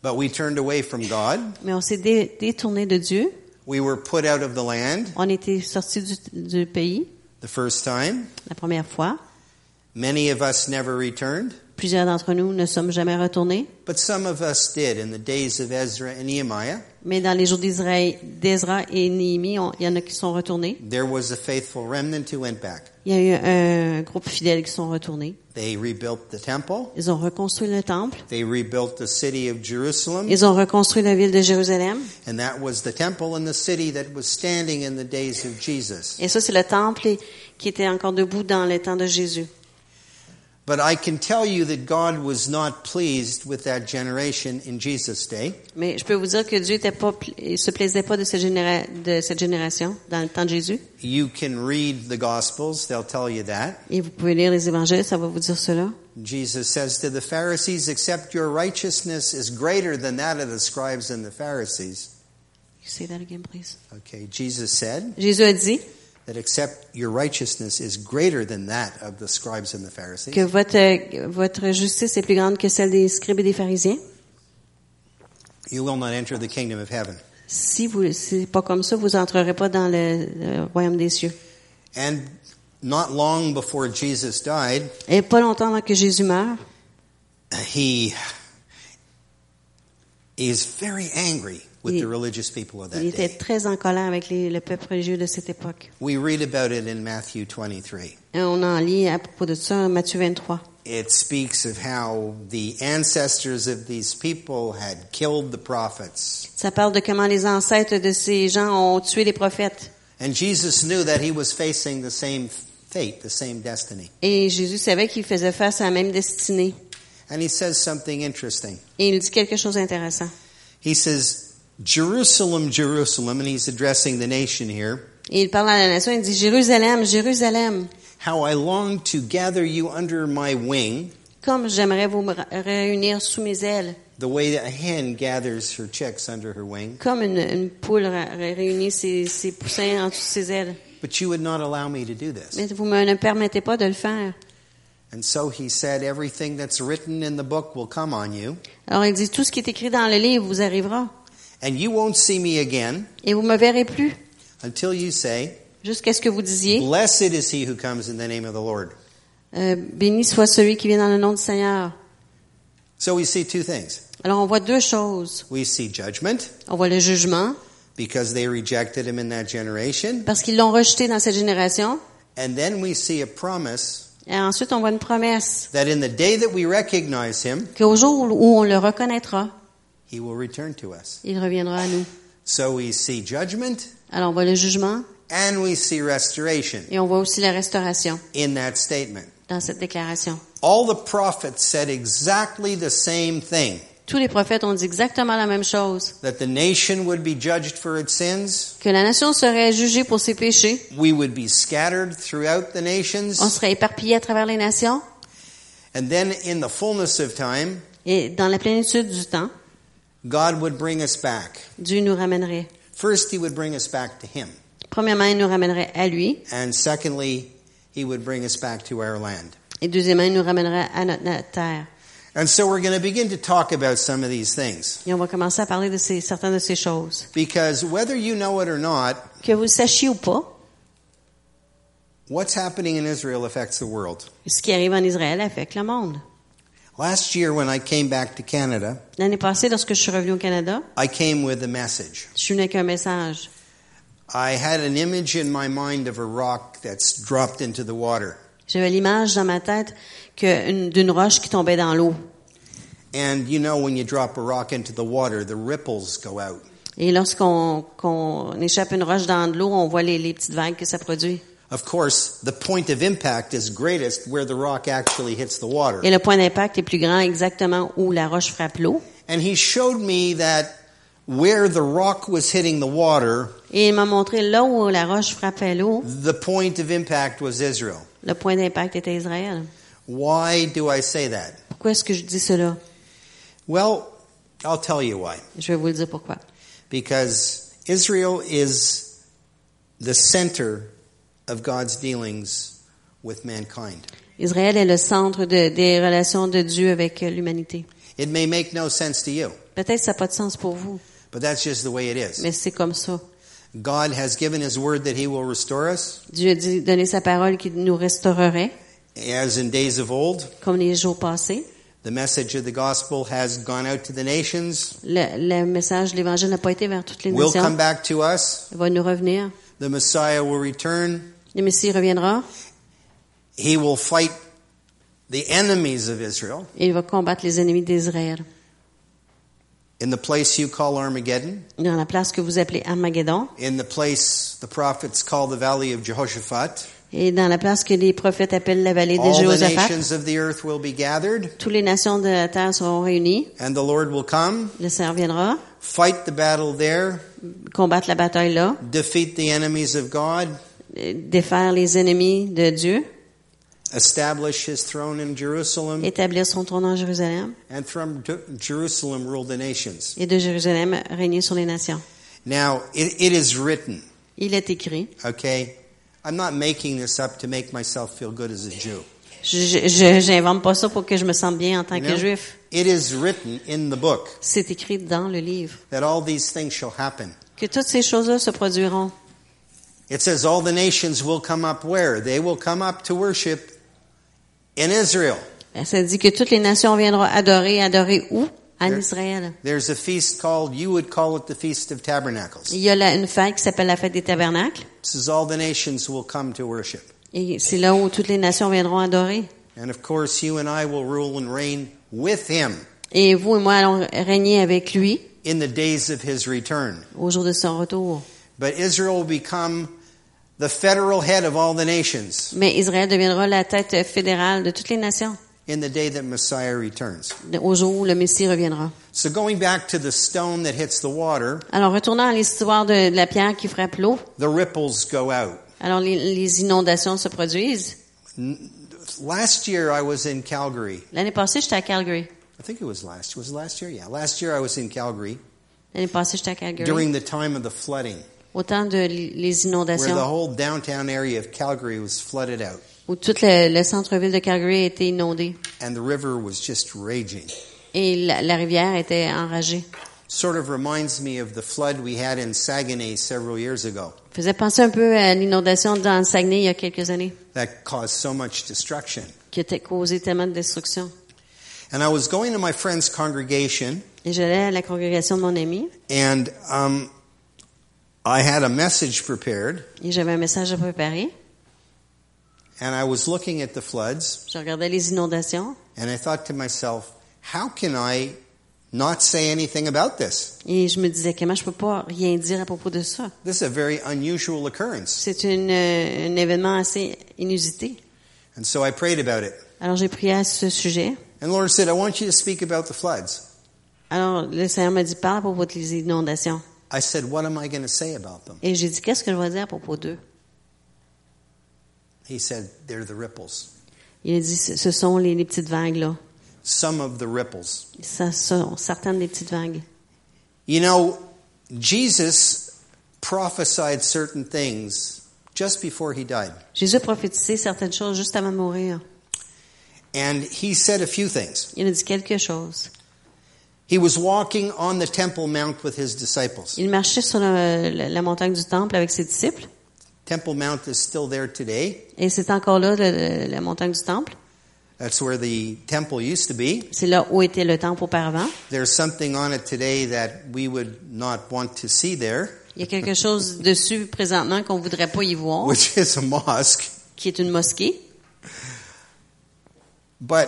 but we turned away from God. mais on s'est dé- détourné de Dieu. We were put out of the land On était sortis du, du pays the first time. la première fois. Many of us never returned, Plusieurs d'entre nous ne sommes jamais retournés. but some of us did in the days of Ezra and Nehemiah. Mais dans les jours d'Israël, d'Ezra et Néhémie, on- il y en a qui sont retournés. There was a faithful remnant who went back. Il y a eu un groupe fidèle qui sont retournés. They rebuilt the temple. Ils ont reconstruit le temple. They rebuilt the city of Jerusalem. Ils ont reconstruit la ville de Jérusalem. And that was the temple and the city that was standing in the days of Jesus. Et ça, c'est le temple et- qui était encore debout dans les temps de Jésus. But I can tell you that God was not pleased with that generation in Jesus' day. Mais je peux vous dire que Dieu était pas, pl- il se plaisait pas de, ce généra- de cette génération dans le temps de Jésus. You can read the Gospels, they'll tell you that. Et vous pouvez lire les évangiles, ça va vous dire cela. Jesus says to the Pharisees, Except your righteousness is greater than that of the scribes and the Pharisees. You say that again, please. Okay, Jesus said Jésus a dit that except your righteousness is greater than that of the scribes and the Pharisees. que votre, euh, votre justice est plus grande que celle des scribes et des pharisiens. You will not enter the kingdom of heaven. Si vous, c'est pas comme ça, vous entrerez pas dans le, le royaume des cieux. And not long before Jesus died, Et pas longtemps avant que Jésus meure, he is very angry with the religious people of il that était day. très en colère avec les- le peuple religieux de cette époque. We read about it in Matthew 23. Et on en lit à propos de ça, Matthieu 23. It speaks of how the ancestors of these people had killed the prophets. Ça parle de comment les ancêtres de ces gens ont tué les prophètes. And Jesus knew that he was facing the same fate, the same destiny. Et Jésus savait qu'il faisait face à la même destinée. And he says something interesting. Et il dit quelque chose d'intéressant. He says, Jerusalem, Jerusalem, and he's addressing the nation here. Et il parle à la nation, il dit, Jérusalem, Jérusalem, How I long to gather you under my wing, comme j'aimerais vous me ra- réunir sous mes ailes, the way that a hen gathers her chicks under her wing, comme une, une poule ra- ré- réunit ses, ses poussins en dessous de ses ailes. but you would not allow me to do this. Mais vous me ne permettez pas de le faire. And so he said, Everything that's written in the book will come on you, Alors il dit, tout ce qui est écrit dans le livre vous arrivera. and you won't see me again Et vous me verrez plus, until you say, jusqu'à ce que vous disiez, Blessed is he who comes in the name of the Lord. euh, béni soit celui qui vient dans le nom du Seigneur. So we see two things. Alors on voit deux choses. We see judgment, On voit le jugement, because they rejected him in that generation, parce qu'ils l'ont rejeté dans cette génération. and then we see a promise Et ensuite, on voit une promesse that in the day that we recognize him, qu'au jour où on le reconnaîtra, he will return to us. il reviendra à nous. So we see judgment, Alors on voit le jugement and we see restoration et on voit aussi la restauration in that statement. dans cette déclaration. All the prophets said exactly the same thing Tous les prophètes ont dit exactement la même chose, that the nation would be judged for its sins, que la nation serait jugée pour ses péchés, we would be scattered throughout the on nations, serait éparpillé à travers les nations, and then in the fullness of time, et dans la plénitude du temps, God would bring us back. Dieu nous ramènerait. First, he would bring us back to him, Premièrement, il nous ramènerait à lui, and secondly, he would bring us back to our land. et deuxièmement, il nous ramènerait à notre, notre terre. And so we're going to begin to talk about some of these things Et on va commencer à parler de ces, certaines de ces choses. because whether you know it or not, Que vous le sachiez ou pas, what's happening in Israel affects the world. ce qui arrive en Israël affecte le monde. Last year, when I came back to Canada, L'année passée, lorsque je suis revenue au Canada, I came with a message. je suis venue avec un message. I had an image in my mind of a rock that's dropped into the water. J'avais l'image dans ma tête que- une- d'une roche qui tombait dans l'eau. And you know, when you drop a rock into the water, the ripples go out. Et lorsqu'on qu'on échappe une roche dans de l'eau, on voit les, les petites vagues que ça produit. Of course, the point of impact is greatest where the rock actually hits the water. Et le point d'impact est plus grand exactement où la roche frappe l'eau. And he showed me that where the rock was hitting the water, Et il m'a montré là où la roche frappait l'eau, the point of impact was Israel. le point d'impact était Israël. Why do I say that? Pourquoi est-ce que je dis cela? Well, I'll tell you why. Je vais vous le dire pourquoi. Because Israel is the center of God's dealings with mankind. Israël est le centre de- des relations de Dieu avec euh, l'humanité. It may make no sense to you, Peut-être que ça n'a pas de sens pour vous, but that's just the way it is. mais c'est comme ça. God has given his word that he will restore us, Dieu a dit, donné sa parole qui nous restaurerait, as in days of old. comme les jours passés. The message of the gospel has gone out to the nations, Le, le message de l'Évangile n'a pas été vers toutes les will come nations. back to us. Il va nous revenir. The Messiah will return. Le Messie reviendra He will fight the enemies of Israel et il va combattre les ennemis d'Israël. in the place you call Armageddon, Dans la place que vous appelez Armageddon in the place the prophets call the valley of Jehoshaphat. et dans la place que les prophètes appellent la vallée de All the Jéhoshaphat. nations of the earth will be gathered, Toutes les nations de la terre seront réunies. and the Lord will come, Le Seigneur viendra fight the battle there, combattre la bataille là, defeat the enemies of God, euh, défaire les ennemis de Dieu, establish his throne in Jerusalem, établir son trône en Jérusalem and from Ju- Jerusalem rule the nations. et de Jérusalem régner sur les nations. Now, it, it is written, Il est écrit. okay? I'm not making this up to make myself feel good as a Jew. Je- Je je- j'invente pas ça pour que je me sente bien en tant you que know? juif. It is written in the book C'est écrit dans le livre that all these things shall happen. que toutes ces choses-là se produiront. It says all the nations will come up where? They will come up to worship in Israel. Ben, Ça dit que toutes les nations viendront adorer, adorer où? En Yeah. Israël. There's a feast called, you would call it the Feast of Tabernacles. Il y a là une fête qui s'appelle la fête des tabernacles. This is all the nations will come to worship. Et c'est là où toutes les nations viendront adorer. And of course, you and I will rule and reign with him Et vous et moi allons régner avec lui in the days of his return. au jour de son retour. But Israel will become the federal head of all the nations Mais Israël deviendra la tête fédérale de toutes les nations in the day that Messiah returns. au jour où le Messie reviendra. So going back to the stone that hits the water, Alors, retournant à l'histoire de, de la pierre qui frappe l'eau, the ripples go out. alors les, les inondations se produisent. Last year I was in Calgary. L'année passée, j'étais à Calgary. I think it was last. Was it last year? Yeah, last year I was in Calgary L'année passée, j'étais à Calgary. during the time of the flooding, Au temps de li- les where the inondations, whole downtown area of Calgary was flooded out, où tout le, le centre-ville de Calgary a été inondé and the river was just raging. et la, la rivière était enragée. Sort of reminds me of the flood we had in Saguenay several years ago faisait penser un peu à l'inondation dans le Saguenay il y a quelques années, that caused so much destruction. qui a causé tellement de destruction. And I was going to my friend's congregation, Et j'allais à la congrégation de mon ami and um, I had a message prepared, et j'avais un message à préparer. and I was looking at the floods. Je regardais les inondations And I thought to myself, how can I not say anything about this? et je me disais comment je peux pas rien dire à propos de ça. This is a very unusual occurrence. C'est une, euh, un événement assez inusité. And so I prayed about it. Alors j'ai prié à ce sujet. And the Lord said, I want you to speak about the floods. Alors le Seigneur m'a dit parle à propos des inondations I said, What am I going to say about them? et j'ai dit qu'est-ce que je vais dire à propos d'eux. He said, They're the ripples. Il a dit ce ce sont les, les petites vagues là. Some of the ripples. Ça sont certaines des petites vagues. You know, Jesus prophesied certain things just before he died. Jésus a prophétisé certaines choses juste avant de mourir. And he said a few things. Il a dit quelque chose. He was walking on the Temple Mount with his disciples. Il marchait sur le- le- la montagne du temple avec ses disciples Temple Mount is still there today. et c'est encore là le- la montagne du temple. That's where the temple used to be. C'est là où était le temple auparavant. There's something on it today that we would not want to see there, Il y a quelque chose dessus présentement qu'on voudrait pas y voir, which is a mosque. qui est une mosquée. But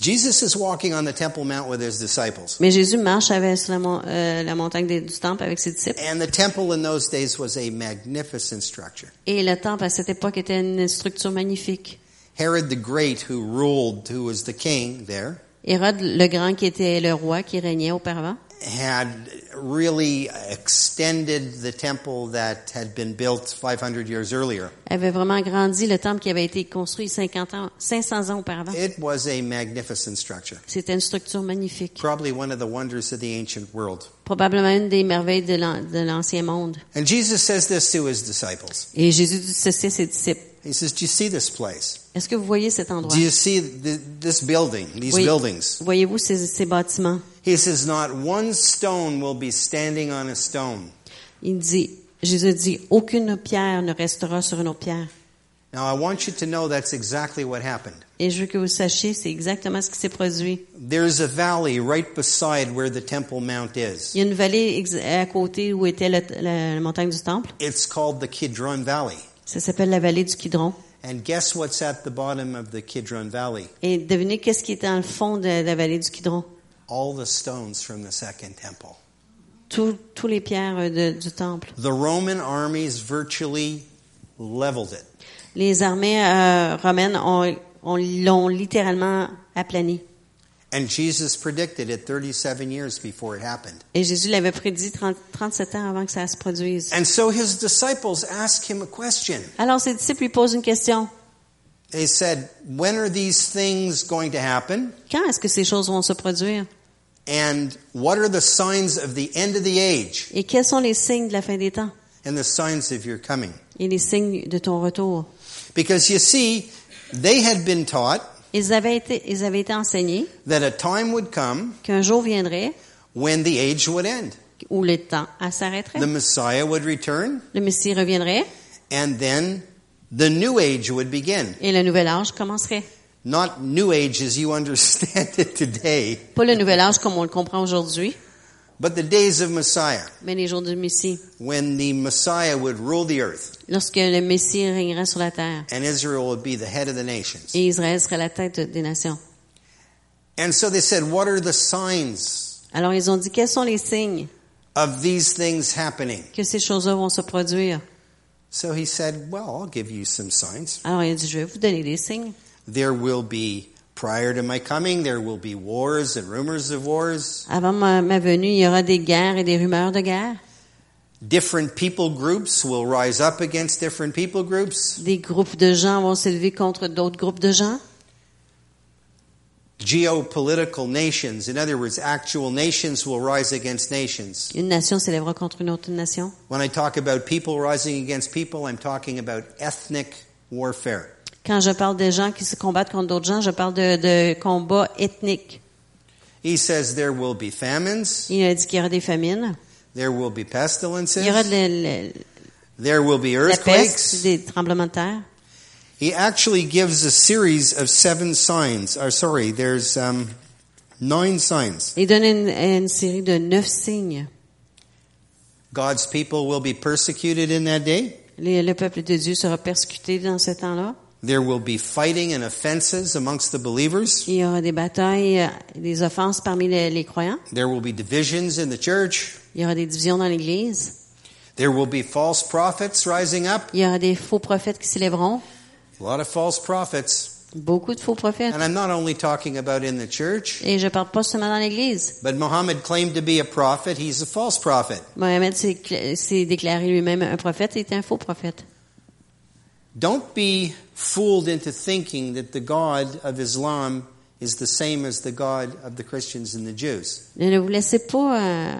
Jesus is walking on the Temple Mount with his disciples. Mais Jésus marche avec, sur la, mon- euh, la montagne des- du temple avec ses disciples. And the temple in those days was a magnificent structure. Et le temple à cette époque était une structure magnifique. Herod the Great, who ruled, who was the king there, Hérode le Grand, qui était le roi qui régnait auparavant, had really extended the temple that had been built 500 years earlier. avait vraiment agrandi le temple qui avait été construit 50 ans, 500 ans auparavant. It was a magnificent structure, C'était une structure magnifique. probably one of the wonders of the ancient world. probablement une des merveilles de l'an- de l'Ancien Monde. And Jesus says this to his disciples. Et Jésus dit ceci à ses disciples. He says, "Do you see this place? Est-ce que vous voyez cet endroit? Do you see th- this building? These Oui. buildings?" Voyez-vous ces, ces bâtiments? He says, "Not one stone will be standing on a stone." Il dit, Jésus dit, aucune pierre ne restera sur une autre pierre. Now, I want you to know that's exactly what happened. Et je veux que vous sachiez, c'est exactement ce qui s'est produit. There's a valley right beside where the Temple Mount is. Il y a une vallée ex- à côté où était le- la, la montagne du Temple. It's called the Kidron Valley. Ça s'appelle la vallée du Kidron. And guess what's at the bottom of the Kidron Valley? Et devinez qu'est-ce qui est dans le fond de la vallée du Kidron? All the stones from the Second Temple. Tous tous les pierres euh, de- du Temple. The Roman armies virtually leveled it. Les armées euh, romaines ont, ont- l'ont littéralement aplani. And Jesus predicted it 37 years before it happened. Et Jésus l'avait prédit 30 37 ans avant que ça se produise. And so his disciples asked him a question. Alors ses disciples lui posent une question. They said, When are these things going to happen? Quand est-ce que ces choses vont se produire? And what are the signs of the end of the age Et quels sont les signes de la fin des temps? and the signs of your coming? Et les signes de ton retour? Because you see, they had been taught Ils avaient été, ils avaient été enseignés that a time would come qu'un jour viendrait when the age would end. où le temps à s'arrêterait. The Messiah would return, Le Messie reviendrait and then the new age would begin. et le nouvel âge commencerait. Not new age as you understand it today, Pas le nouvel âge comme on le comprend aujourd'hui, but the days of Messiah, mais les jours du Messie, when the Messiah would rule the earth lorsque le Messie régnera sur la terre and Israel would be the head of the nations. et Israël serait la tête des nations. And so they said, What are the signs Alors ils ont dit quels sont les signes of these things happening? que ces choses-là vont se produire. So he said, Well, I'll give you some signs. Alors il a dit je vais vous donner des signes. There will be, prior to my coming, there will be wars and rumors of wars. Avant ma, ma venue, il y aura des guerres et des rumeurs de guerre. Different people groups will rise up against different people groups. Des groupes de gens vont s'élever contre d'autres groupes de gens. Geopolitical nations, in other words, actual nations will rise against nations. Une nation s'élèvera contre une autre nation. When I talk about people rising against people, I'm talking about ethnic warfare. Quand je parle de gens qui se combattent contre d'autres gens, je parle de, de combats ethniques. He says there will be famines, Il a dit qu'il y aura des famines, there will be il y aura pestilences, de la, la- there will be la peste, earthquakes. des tremblements de terre. He actually gives a series of seven signs. Or sorry, there's um, nine signs. Il donne une, une série de neuf signes. God's people will be persecuted in that day. Les- le peuple de Dieu sera persécuté dans ce temps-là. There will be fighting and offenses amongst the believers. Il y aura des batailles, euh, des offenses parmi les, les croyants. There will be divisions in the church. Il y aura des divisions dans l'Église. There will be false prophets rising up. Il y aura des faux prophètes qui s'élèveront. A lot of false prophets. Beaucoup de faux prophètes. And I'm not only talking about in the church, Et je parle pas seulement dans l'Église. but Muhammad claimed to be a prophet. He's a false prophet. Mohamed s'est cl- s'est déclaré lui-même un prophète et était un faux prophète. Don't be fooled into thinking that the God of Islam is the same as the God of the Christians and the Jews. Ne ne vous laissez pas euh,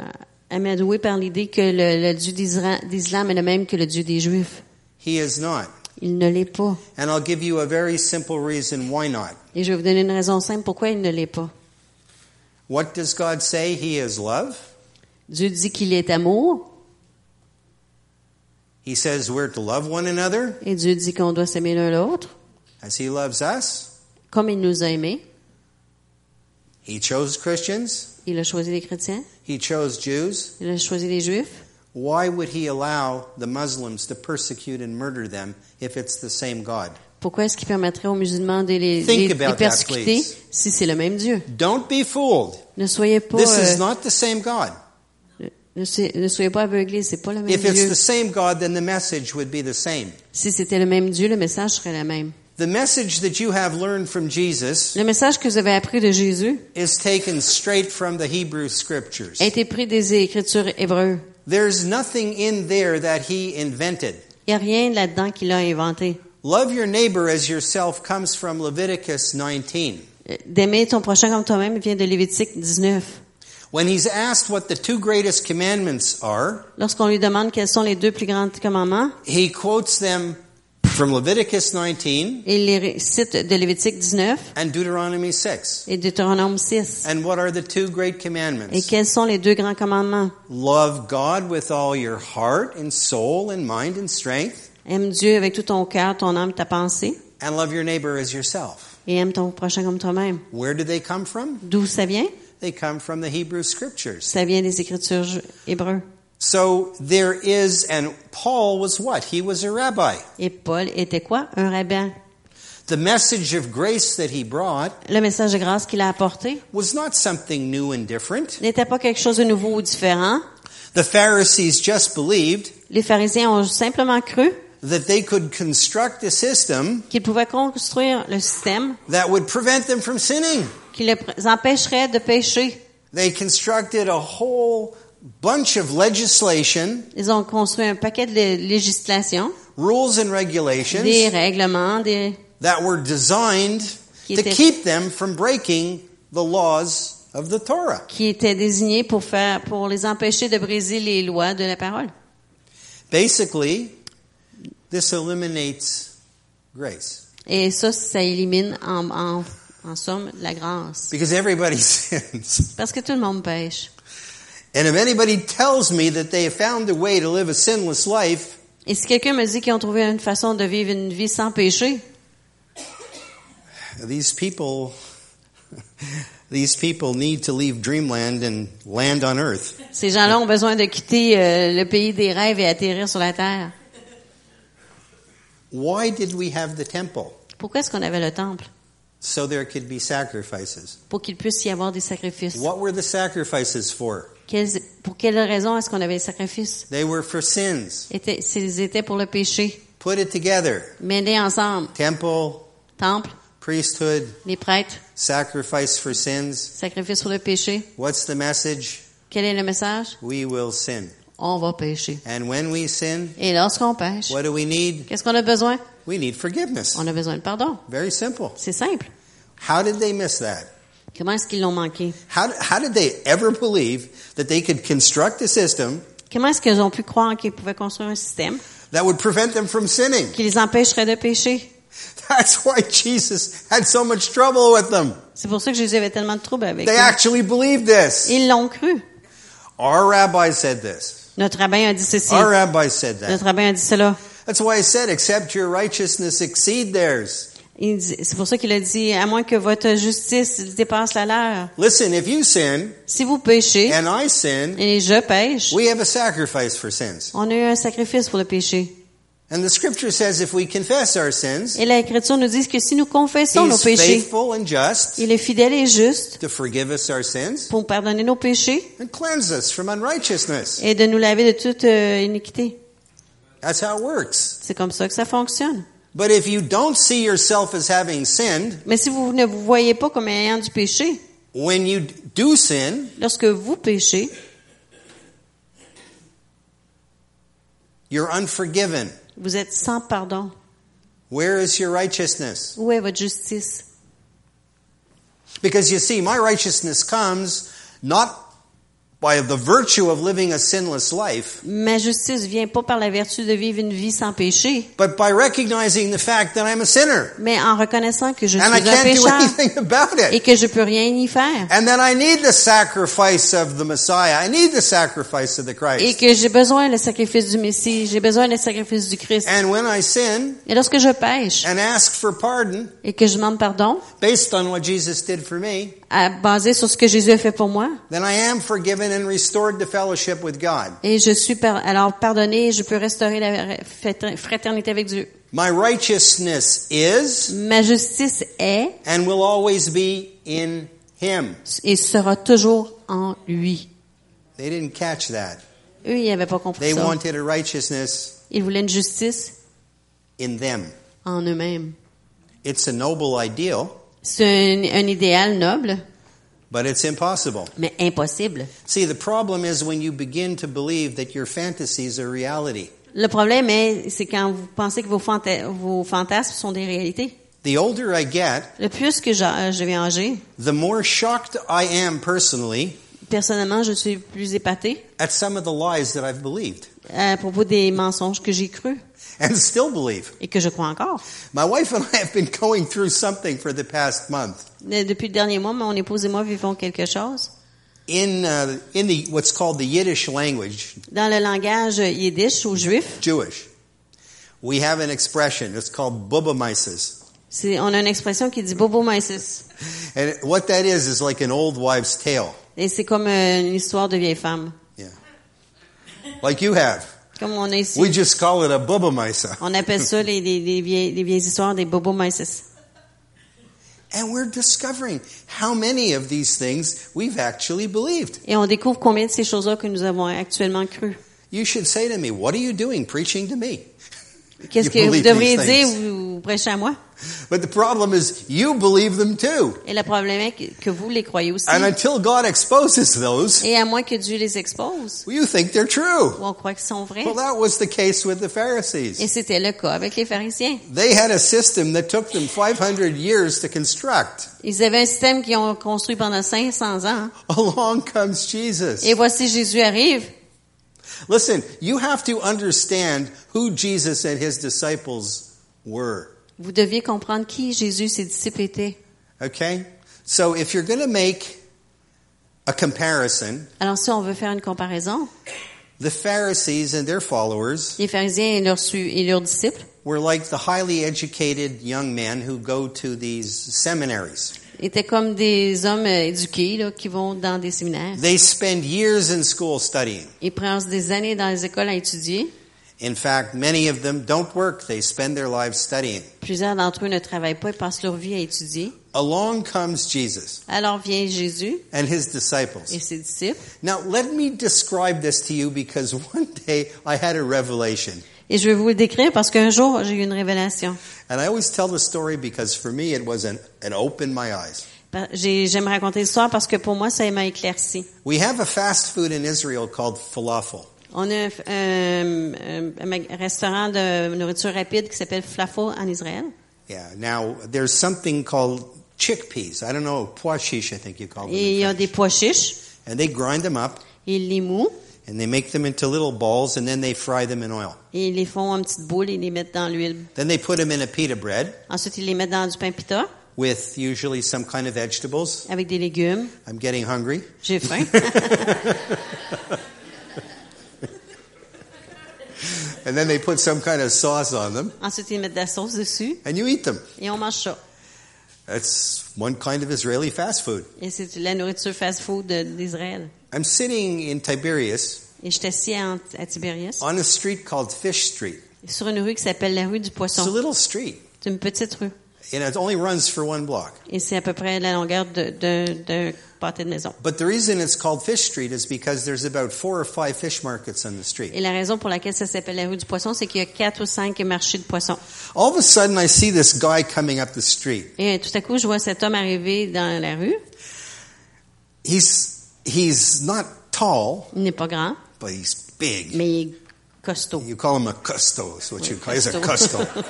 amadouer par l'idée que le, le Dieu d'Isra- d'Islam est le même que le Dieu des Juifs. He is not. Il ne l'est pas. And I'll give you a very simple reason why not. Et je vais vous donner une raison simple pourquoi il ne l'est pas. What does God say? He is love. Dieu dit qu'il est amour He says we're to love one another et Dieu dit qu'on doit s'aimer l'un l'autre as He loves us. comme il nous a aimés. He chose Christians. Il a choisi les chrétiens, He chose Jews. il a choisi les juifs. Why would He allow the Muslims to persecute and murder them if it's the same God? Pourquoi est-ce qu'il permettrait aux musulmans de les, Think les- about les persécuter that, please. si c'est le même Dieu? Don't be fooled. Ne soyez pas, This euh, is not the same God. ne, soyez- ne soyez pas aveuglés, c'est pas le même If it's Dieu. the same God, then the message would be the same. Si c'était le même Dieu, le message serait le même. The message that you have learned from Jesus Le message que vous avez appris de Jésus is taken straight from the Hebrew scriptures. a été pris des Écritures hébreues. There's nothing in there that he invented. Il n'y a rien là-dedans qu'il a inventé. Love your neighbor as yourself comes from Leviticus 19. Euh, D'aimer ton prochain comme toi-même vient de Lévitique 19. When he's asked what the two greatest commandments are, Lorsqu'on lui demande quels sont les deux plus grands commandements, he quotes them from Leviticus 19 il les ré- cite de Lévitique 19 and Deuteronomy 6. et Deutéronome 6. And what are the two great Et commandments? quels sont les deux grands commandements? Love God with all your heart and soul and mind and strength, Aime Dieu avec tout ton cœur, ton âme, ta pensée, and love your neighbor as yourself. et aime ton prochain comme toi-même. Where do they come from? D'où ça vient? They come from the Hebrew scriptures. Ça vient des Écritures ju- hébreues. So there is, and Paul was what? He was a rabbi. Et Paul était quoi? Un rabbin. The message of grace that he brought Le message de grâce qu'il a apporté was not something new and different. n'était pas quelque chose de nouveau ou différent. The Pharisees just believed Les pharisiens ont simplement cru that they could construct a system qu'ils pouvaient construire le système that would prevent them from sinning. qui les empêcherait de pécher. They constructed a whole bunch of legislation, Ils ont construit un paquet de lé- législation, rules and des regulations règlements, des, that were designed qui, to étaient, keep them from breaking the laws of the Torah. qui étaient désignés pour faire, pour les empêcher de briser les lois de la parole. Basically, this eliminates grace Et ça, ça élimine en, en, en somme la grâce. because everybody sins. Parce que tout le monde pêche. And if anybody tells me that they have found a way to live a sinless life, Et si quelqu'un me dit qu'ils ont trouvé une façon de vivre une vie sans péché, these people these people need to leave dreamland and land on earth. ces gens-là ont besoin de quitter euh, le pays des rêves et atterrir sur la terre. Why did we have the temple? Pourquoi est-ce qu'on avait le temple? So there could be sacrifices. Pour qu'il puisse y avoir des sacrifices. What were the sacrifices for? Quelles- pour quelle raison est-ce qu'on avait les sacrifices? They were for sins. Étaient- S'ils étaient pour le péché, Put it together. mêlés ensemble, Temple, temple, priesthood, les prêtres, sacrifice for sins. sacrifice pour le péché. What's the message? Quel est le message? We will sin. On va pécher. And when we sin, Et lorsqu'on pêche, what do we need? qu'est-ce qu'on a besoin? We need forgiveness. On a besoin de pardon. Very simple. C'est simple. How did they miss that? Comment est-ce qu'ils l'ont manqué? How, how did they ever believe that they could construct a system Comment est-ce qu'ils ont pu croire qu'ils pouvaient construire un système that would prevent them from sinning? qui les empêcherait de pécher? That's why Jesus had so much trouble with them. C'est pour ça que Jésus avait tellement de troubles avec They eux. actually believed this. Ils l'ont cru. Our rabbi said this. Notre rabbin a dit ceci. Our rabbi said Notre that. rabbin a dit cela. That's why I said, except your righteousness exceed theirs. Il dit- C'est pour ça qu'il a dit, à moins que votre justice dépasse la leur. Listen, if you sin Si vous péchez, and I sin, et je pêche, we have a sacrifice for sins. on a eu un sacrifice pour le péché. And the scripture says if we confess our sins, Et l'Écriture nous dit que si nous confessons nos he's péchés, faithful and just il est fidèle et juste to forgive us our sins pour pardonner nos péchés and cleanse us from unrighteousness. et de nous laver de toute euh, iniquité. That's how it works. C'est comme ça que ça fonctionne. But if you don't see yourself as having sinned, Mais si vous ne vous voyez pas comme ayant du péché, when you do sin, lorsque vous péchez, you're unforgiven. vous êtes sans pardon. Where is your righteousness? Où est votre justice? Because you see, my righteousness comes not by the virtue of living a sinless life, Ma justice vient pas par la vertu de vivre une vie sans péché, but by recognizing the fact that I'm a sinner mais en reconnaissant que je suis and I un can't do pécheur anything about et it. que je peux rien y faire. And that I need the sacrifice of the Messiah. I need the sacrifice of the et Christ. que j'ai besoin du sacrifice du Messie, j'ai besoin du sacrifice du Christ. And when I sin Et lorsque je pêche and ask for pardon et que je demande pardon, based on what Jesus did for me, à, basé sur ce que Jésus a fait pour moi, then I am forgiven and restored to fellowship with God. et je suis par- alors pardonné, je peux restaurer la fra- fraternité avec Dieu. My righteousness is Ma justice est and will always be in Him. et sera toujours en lui. They didn't catch that. Eux, ils n'avaient pas They compris ça. wanted a righteousness Ils voulaient une justice in them. en eux-mêmes. It's a noble ideal, C'est un, un idéal noble, but it's impossible. mais impossible. See, the problem is when you begin to believe that your fantasies are reality. Le problème est, c'est quand vous pensez que vos, fanta- vos fantasmes sont des réalités. The older I get, Le plus que euh, j'a- je vais âger, the more shocked I am personally personnellement, je suis plus épatée euh, at some of the lies that I've believed à propos des mensonges que j'ai cru and still believe. et que je crois encore. My wife and I have been going through something for the past month. Mais Euh, depuis le dernier mois, mon épouse et moi vivons quelque chose. In, uh, in the, what's called the Yiddish language, Dans le langage yiddish ou juif, Jewish, we have an expression. It's called bubamaises. c'est, on a une expression qui dit bobo maïsis. And what that is is like an old wives' tale. Et c'est comme euh, une histoire de vieille femme. Yeah. Like you have. Comme on a ici. We just call it a bubamisa. On appelle ça les, les- les vieilles, les vieilles histoires des bobo maïsis. And we're discovering how many of these things we've actually believed. Et on découvre combien de ces choses-là que nous avons actuellement crues. You should say to me, What are you doing preaching to me? Qu'est-ce You que vous believe these devriez dire? things. Vous, vous prêchez à moi? But the problem is you believe them too. Et le problème est que, que vous les croyez aussi. And until God exposes those, Et à moins que Dieu les expose, you think they're true. ou on croit qu'ils sont vrais. Well, that was the case with the Et Pharisees. c'était le cas avec les pharisiens. They had a system that took them 500 years to construct. Ils avaient un système qu'ils ont construit pendant 500 ans. Along comes Jesus. Et voici Jésus arrive. Listen, you have to understand who Jesus and his disciples were. Vous deviez comprendre qui Jésus, ses disciples étaient. Okay? So if you're going to make a comparison, Alors si on veut faire une comparaison, the Pharisees and their followers les pharisiens et leurs, su- et leurs disciples were like the highly educated young men who go to these seminaries. étaient comme des hommes euh, éduqués là, qui vont dans des séminaires. They spend years in school studying. Ils passent des années dans les écoles à étudier. In fact, many of them don't work, they spend their lives studying. Plusieurs d'entre eux ne travaillent pas et passent leur vie à étudier. Along comes Jesus Alors vient Jésus and his et disciples. ses disciples. Now, let me describe this to you because one day I had a revelation. Et je vais vous le décrire parce qu'un jour, j'ai eu une révélation. And I always tell the story because for me it was an, an open my eyes. Par- j'ai- J'aime raconter l'histoire parce que pour moi, ça m'a éclairci. We have a fast food in Israel called falafel. On a un, f- un- un- un mag- restaurant de nourriture rapide qui s'appelle Flafo en Israël. Yeah. Now there's something called chickpeas. I don't know, pois chiche, I think you call them. Et il y a in des French. pois chiches, And they grind them up ils les mouent, and they make them into little balls and then they fry them in oil. et ils les font en petites boules et ils les mettent dans l'huile. Then they put them in a pita bread Ensuite, ils les mettent dans du pain pita with usually some kind of vegetables. avec des légumes. I'm getting hungry. J'ai faim. And then they put some kind of sauce on them Ensuite, ils mettent de la sauce dessus and you eat them. et on mange ça. That's one kind of Israeli fast food. Et c'est la nourriture fast-food de- d'Israël. I'm sitting in Tiberias Et j'étais assis à, à Tibérias, on a street called Fish Street. sur une rue qui s'appelle la rue du It's a Poisson. little street, C'est une petite rue. and it only runs for one block. Et c'est à peu près la longueur de- d'un d'un pâté de maison. But the reason it's called Fish Street is because there's about four or five fish markets on the Et street. la raison pour laquelle ça s'appelle la rue du poisson, c'est qu'il y a quatre ou cinq marchés de poissons. All of a sudden, I see this guy coming up the street. Et euh, tout à coup, je vois cet homme arriver dans la rue. He's he's not tall, Il n'est pas grand, but he's big. mais il est costaud. You call him a custo, is what you call. He's a Costaud. custo,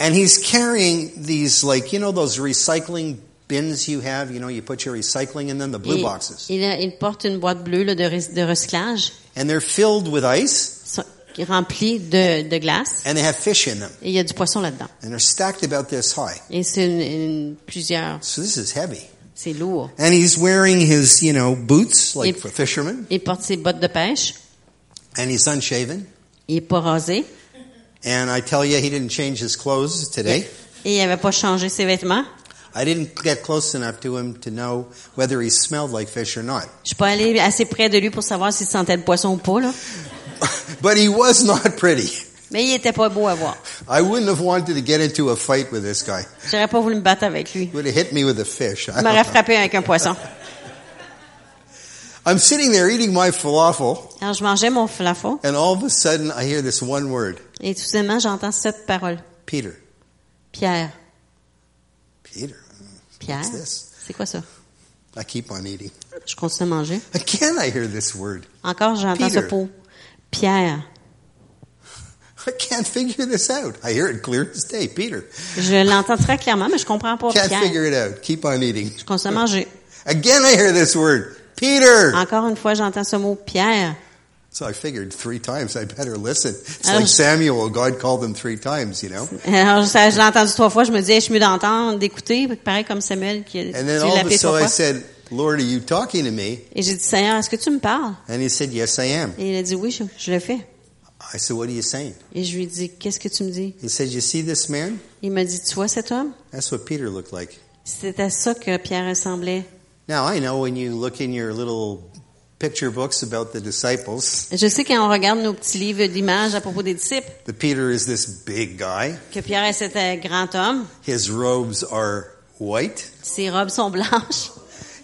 and he's carrying these like you know those recycling bins you have. You know, you put your recycling in them, the blue Et- boxes, Il, a- il porte une boîte bleue là, de, rec- de recyclage and they're filled with ice, so- qui est remplie de, de glace. and they have fish in them, Et il y a du poisson là-dedans. and they're stacked about this high. Et c'est une- une- plusieurs. So this is heavy. C'est lourd. And he's wearing his, you know, boots, like Yep. for fishermen, Il porte ses bottes de pêche. and he's unshaven. Il est pas rasé. And I tell you, he didn't change his clothes today. Et il avait pas changé ses vêtements. I didn't get close enough to him to know whether he smelled like fish or not. Je suis pas allée assez près de lui pour savoir s'il sentait le poisson ou pas, là. But he was not pretty. Mais il était pas beau à voir. I wouldn't have wanted to get into a fight with this guy. J'aurais pas voulu me battre avec lui. He would have hit me with a fish. I Il m'aurait don't know. frappé avec un poisson. I'm sitting there eating my falafel, Alors, je mangeais mon flafon and all of a sudden I hear this one word, et tout simplement, j'entends cette parole. Peter. Pierre. Peter, Pierre. what's this? C'est quoi ça? I keep on eating. Je continue à manger. Again, I hear this word. Encore, j'entends ce Peter. pot. Pierre. I can't figure this out. I hear it clear as day. Peter, Je l'entends très clairement, mais je comprends pas. can't Pierre. figure it out. Keep on eating. Je continue à manger. Again, I hear this word, Peter. Encore une fois, j'entends ce mot Pierre. So I figured three times I better listen. It's Um. like Samuel. God called him three times, you know. Alors, ça, je l'ai entendu trois fois. Je me disais, je suis mieux d'entendre, d'écouter. Pareil comme Samuel qui a tu And then all l'as of a appelé sudden trois I fois. said, "Lord, are you talking to me?" Et j'ai dit, Seigneur, est-ce que tu me parles? And he said, "Yes, I am." Et il a dit, oui, je, je le fais. I said, "What are you saying?" Et je lui ai dit, qu'est-ce que tu me dis? He said, "You see this man? Il m'a dit, tu vois cet homme? That's what Peter looked like." C'était à ça que Pierre ressemblait. Now I know when you look in your little picture books about the disciples, Je sais quand on regarde nos petits livres d'images à propos des disciples, the Peter is this big guy. que Pierre est cet euh, grand homme, His robes are white. ses robes sont blanches,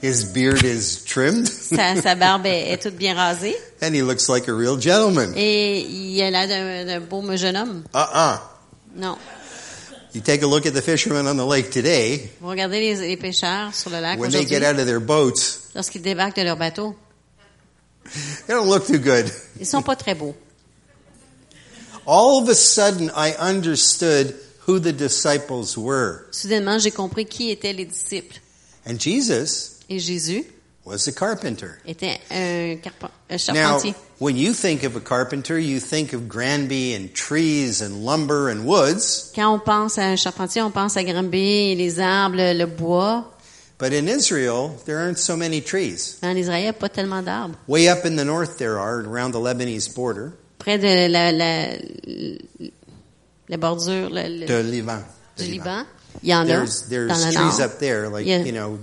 His beard is trimmed. sa, sa barbe est, est toute bien rasée, And he looks like a real gentleman. Et il a l'air d'un- d'un beau jeune homme. Uh-uh. Non. You take a look at the fishermen on the lake today, Vous regardez les, les pêcheurs sur le lac when they aujourd'hui, get out of their boats, lorsqu'ils débarquent de leur bateau. they don't look too good. Ils sont pas très beaux. All of a sudden, I understood who the disciples were. Soudainement, j'ai compris qui étaient les disciples. And Jesus Et Jésus was a carpenter. était un, carpen- un Now, charpentier. when you think of a carpenter, you think of Granby and trees and lumber and woods. Quand on pense à un charpentier, on pense à Granby, les arbres, le le bois. But in Israel, there aren't so many trees. En Israël, pas tellement d'arbres. Way up in the north, there are around the Lebanese border, Près de la, la, la bordure le- le- to Liban. du Liban, il y en a There's there's dans le trees nord, up there, like Yeah. you know,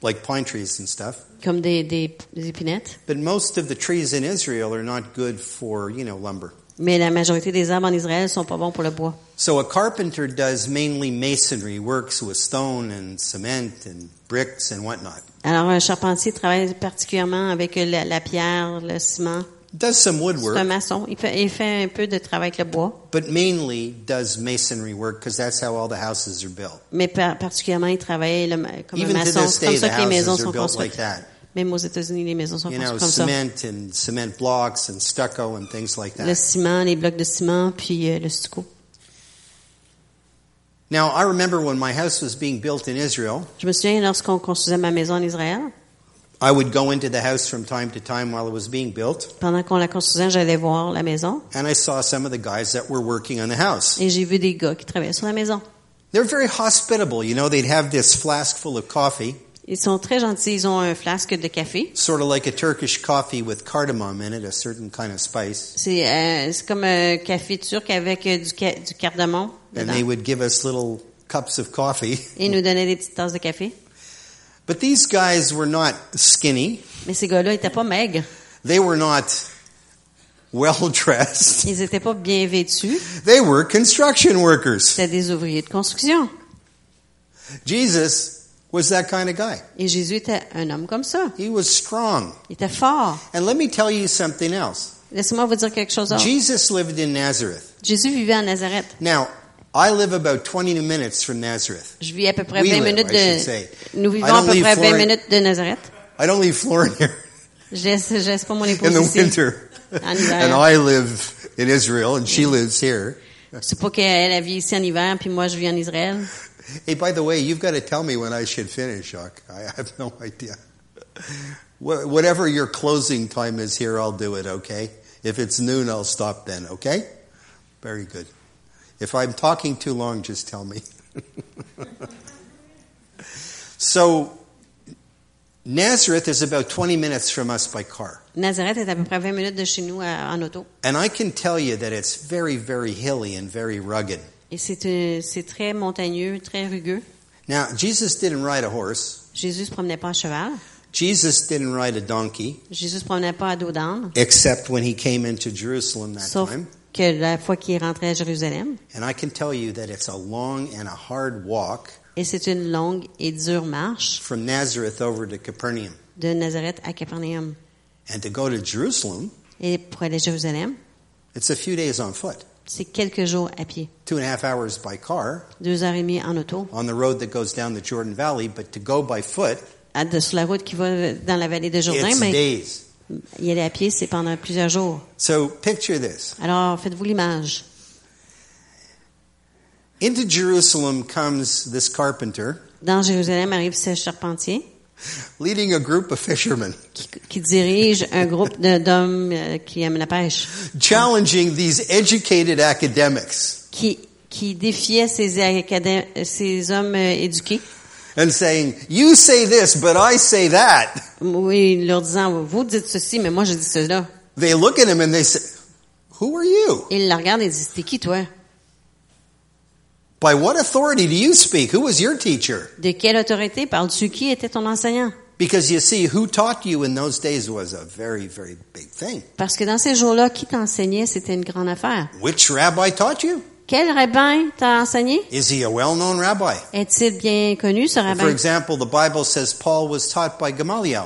like pine trees and stuff. comme des, des, des épinettes. But most of the trees in Israel are not good for you know lumber. Mais la majorité des arbres en Israël sont pas bons pour le bois. So a carpenter does mainly masonry works with stone and cement and bricks and whatnot. Alors, un charpentier travaille particulièrement avec la, la pierre, le ciment. Does some C'est un woodwork, maçon. Il fait, il fait un peu de travail avec le bois, but mainly does masonry work because that's how all the houses are built. mais par- particulièrement, il travaille le ma- comme Even un to maçon. this C'est comme day, the ça que les maisons houses sont are built like construites. that. Même aux États-Unis, les maisons sont You know, construites comme ça. cement and cement blocks and stucco and things like Le that. ciment, les blocs de ciment, puis euh, le stucco. Now, I remember when my house was being built in Israel, Je me souviens, lorsqu'on construisait ma maison en Israël, I would go into the house from time to time while it was being built, pendant qu'on la construisait, j'allais voir la maison and I saw some of the guys that were working on the house. et j'ai vu des gars qui travaillaient sur la maison. They're very hospitable. You know, they'd have this flask full of coffee, Ils sont très gentils. Ils ont un flasque de café. sort of like a Turkish coffee with cardamom in it, a certain kind of spice. C'est euh, c'est comme un café turc avec euh, du, ca- du cardamome. And dedans. they would give us little cups of coffee. Et ils nous donnaient des petites tasses de café. But these guys were not skinny. Mais ces gars-là étaient pas maigres. They were not well dressed. Ils étaient pas bien vêtus. They were construction workers. C'était des ouvriers de construction. Jesus was that kind of guy. Et Jésus était un homme comme ça. He was strong. Il était fort. And let me tell you something else. Laissez-moi vous dire quelque chose d'autre. Jesus lived in Nazareth. Jésus vivait à Nazareth. Now, I live about 20 minutes from Nazareth. Je vis à peu près We 20 live, minutes I should de... say. Nous vivons I don't à peu leave près Florida- 20 minutes de Nazareth. I don't leave Florida here Je laisse, je laisse pas mon épouse in the ici. winter. En hiver. And I live in Israel and she lives here. C'est pas qu'elle elle vit ici en hiver, puis moi je vis en Israël. Hey, by the way, you've got to tell me when I should finish, Jacques. I have no idea. Wha- Whatever your closing time is here, I'll do it, okay? If it's noon, I'll stop then, okay? Very good. If I'm talking too long, just tell me. so, Nazareth is about 20 minutes from us by car. Nazareth est à peu près 20 minutes de chez nous à- en auto. And I can tell you that it's very, very hilly and very rugged. Et c'est euh, c'est très montagneux, très rugueux. Now, Jesus didn't ride a horse, Jésus se promenait pas à cheval. Jesus didn't ride a donkey. Jésus se promenait pas à dos d'âne. except when he came into Jerusalem that Sauf time. que la fois qu'il est rentré à Jérusalem, And I can tell you that it's a long and a hard walk et c'est une longue et dure marche from Nazareth over to Capernaum. de Nazareth à Capernaum. And to go to Jerusalem, Et pour aller à Jérusalem, it's a few days on foot, c'est quelques jours à pied, two and a half hours by car deux heures et demie en auto, on the road that goes down the Jordan Valley. But to go by foot, à- de- sur la route qui va dans la vallée de Jourdain, it's mais days. y aller à pied, c'est pendant plusieurs jours. So picture this. Alors, faites-vous l'image. Into Jerusalem comes this carpenter Dans Jérusalem arrive ce charpentier leading a group of fishermen, qui, qui dirige un groupe de- d'hommes euh, qui aiment la pêche, challenging these educated academics qui, qui défiait ces, acadé- ces hommes euh, éduqués, and saying, You say this, but I say that. oui, leur disant, vous dites ceci, mais moi je dis cela. They look at him and they say, Who are you? Il la regarde et dit, t'es qui toi? By what authority do you speak? Who was your teacher? De quelle autorité parles-tu? Qui était ton enseignant? Because you see, who taught you in those days was a very, very big thing. Parce que dans ces jours-là, qui t'enseignait, c'était une grande affaire. Which rabbi taught you? Quel rabbin t'a enseigné? Is he a well known rabbi? Est-il bien connu, ce For rabbin? example, the Bible says Paul was taught by Gamaliel.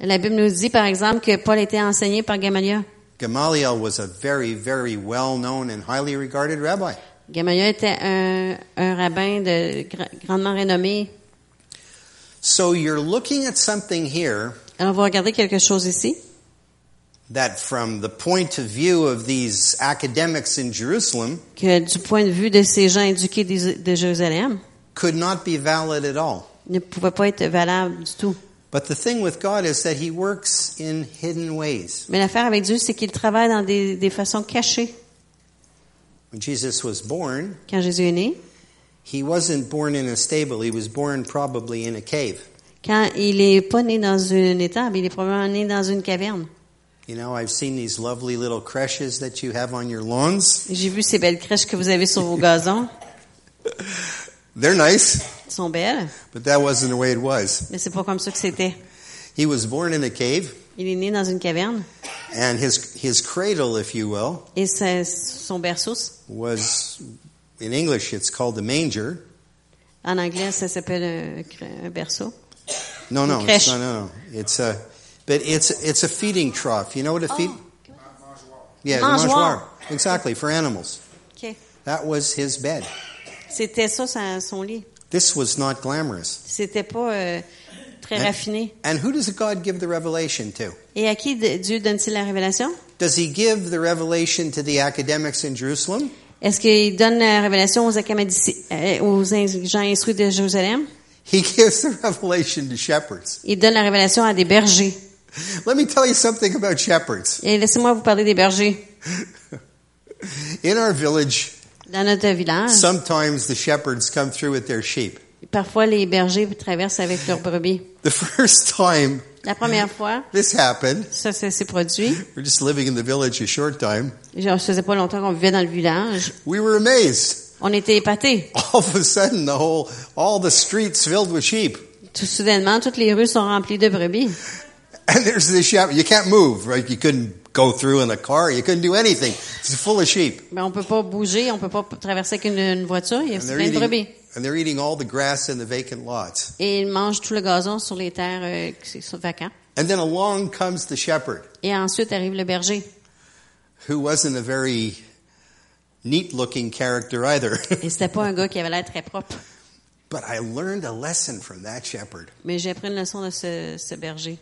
La Bible nous dit, par exemple, que Paul était enseigné par Gamaliel. Gamaliel was a very, very well known and highly regarded rabbi. Gamaliel était un, un rabbin de gra- grandement renommé. So you're looking at something here Alors, vous regardez quelque chose ici. that, from the point of view of these academics in Jerusalem, que du point de vue de ces gens éduqués des- de Jérusalem, could not be valid at all. ne pouvait pas être valable du tout. But the thing with God is that He works in hidden ways. Mais l'affaire avec Dieu, c'est qu'il travaille dans des, des façons cachées. When Jesus was born, Quand Jésus est né, He wasn't born in a stable, He was born probably in a cave. quand il n'est pas né dans une étable, il est probablement né dans une caverne. You know, I've seen these lovely little creches that you have on your lawns. J'ai vu ces belles crèches que vous avez sur vos gazons. They're nice, Elles sont belles, but that wasn't the way it was. mais c'est pas comme ça que c'était. He was born in a cave, Il est né dans une caverne and his, his cradle, if you will, et sa- son berceau, was, in English, it's called a manger. en anglais, ça s'appelle un, cr- un berceau. No, no, Crèche. it's, no, no, no. It's a, but it's it's a feeding trough. You know what a feed? Oh, Yeah, the Mangeoire. mangeoire. Exactly for animals. OK. That was his bed. C'était ça, sa- son lit. This was not glamorous. C'était pas euh, très Hein? raffiné. And who does God give the revelation to? Et à qui de- Dieu donne-t-il la révélation? Does He give the revelation to the academics in Jerusalem? Est-ce qu'il donne la révélation aux Acamadici- euh, aux in- gens instruits de Jérusalem? He gives the revelation to shepherds. Il donne la révélation à des bergers. Let me tell you something about shepherds. Et laissez-moi vous parler des bergers. In our village, Dans notre village, sometimes the shepherds come through with their sheep. parfois les bergers traversent avec leurs brebis. The first time La première fois, this happened, ça, ça s'est produit. we're just living in the village a short time. Genre, ça faisait pas longtemps qu'on vivait dans le village. We were amazed. On était épatés. All of a sudden, the whole, all the streets filled with sheep. Tout soudainement, toutes les rues sont remplies de brebis. And there's this shepherd. You can't move, right? You couldn't go through in a car. You couldn't do anything. It's full of sheep. Mais Ben, on peut pas bouger, on peut pas traverser avec une, une voiture. Il y a And they're, plein de brebis. eating, and they're eating all the grass in the vacant lots. Et ils mangent tout le gazon sur les terres euh, qui sont vacantes. And then along comes the shepherd, Et ensuite arrive le berger. who wasn't a very neat looking character either. Et c'était pas un gars qui avait l'air très propre. but I learned a lesson from that shepherd. Mais j'ai appris une leçon de ce, ce berger.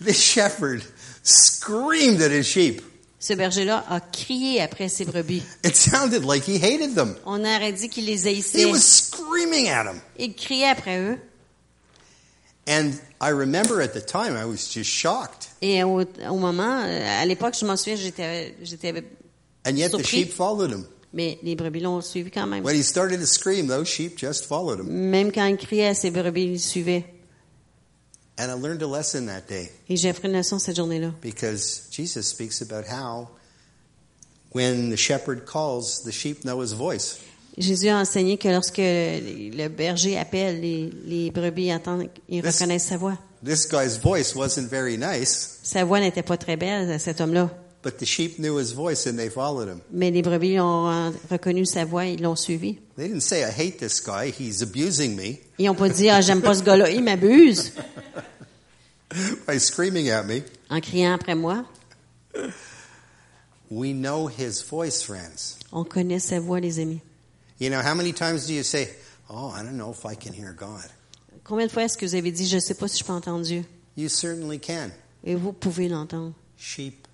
This shepherd screamed at his sheep. Ce berger-là a crié après ses brebis. It sounded like he hated them. On aurait dit qu'il les He haïssait. was screaming at them. Il criait après eux. And I remember at the time I was just shocked. Et au, au moment, euh, à l'époque, je m'en souviens, j'étais, j'étais, And yet the Surpris. sheep followed him. mais les brebis l'ont suivi quand même. When he started to scream, those sheep just followed him. Même quand il criait à ses brebis, il les suivait. And I learned a lesson that day Et j'ai appris une leçon cette journée-là. because Jesus speaks about how when the shepherd calls, the sheep know his voice. Jésus a enseigné que lorsque le berger appelle, les, les brebis entendent, ils Merci. reconnaissent sa voix. This guy's voice wasn't very nice, Sa voix n'était pas très belle, cet homme-là. but the sheep knew his voice and they followed him. Mais les brebis ont euh, reconnu sa voix et ils l'ont suivi. They didn't say, I hate this guy, he's abusing me Ils n'ont pas dit, ah, j'aime pas ce gars-là, il m'abuse, by screaming at me. en criant après moi. We know his voice, friends. On connaît sa voix, les amis. You know, how many times do you say, Oh, I don't know if I can hear God? Combien de fois est-ce que vous avez dit, je sais pas si je peux entendre Dieu? You certainly can. Et vous pouvez l'entendre. Sheep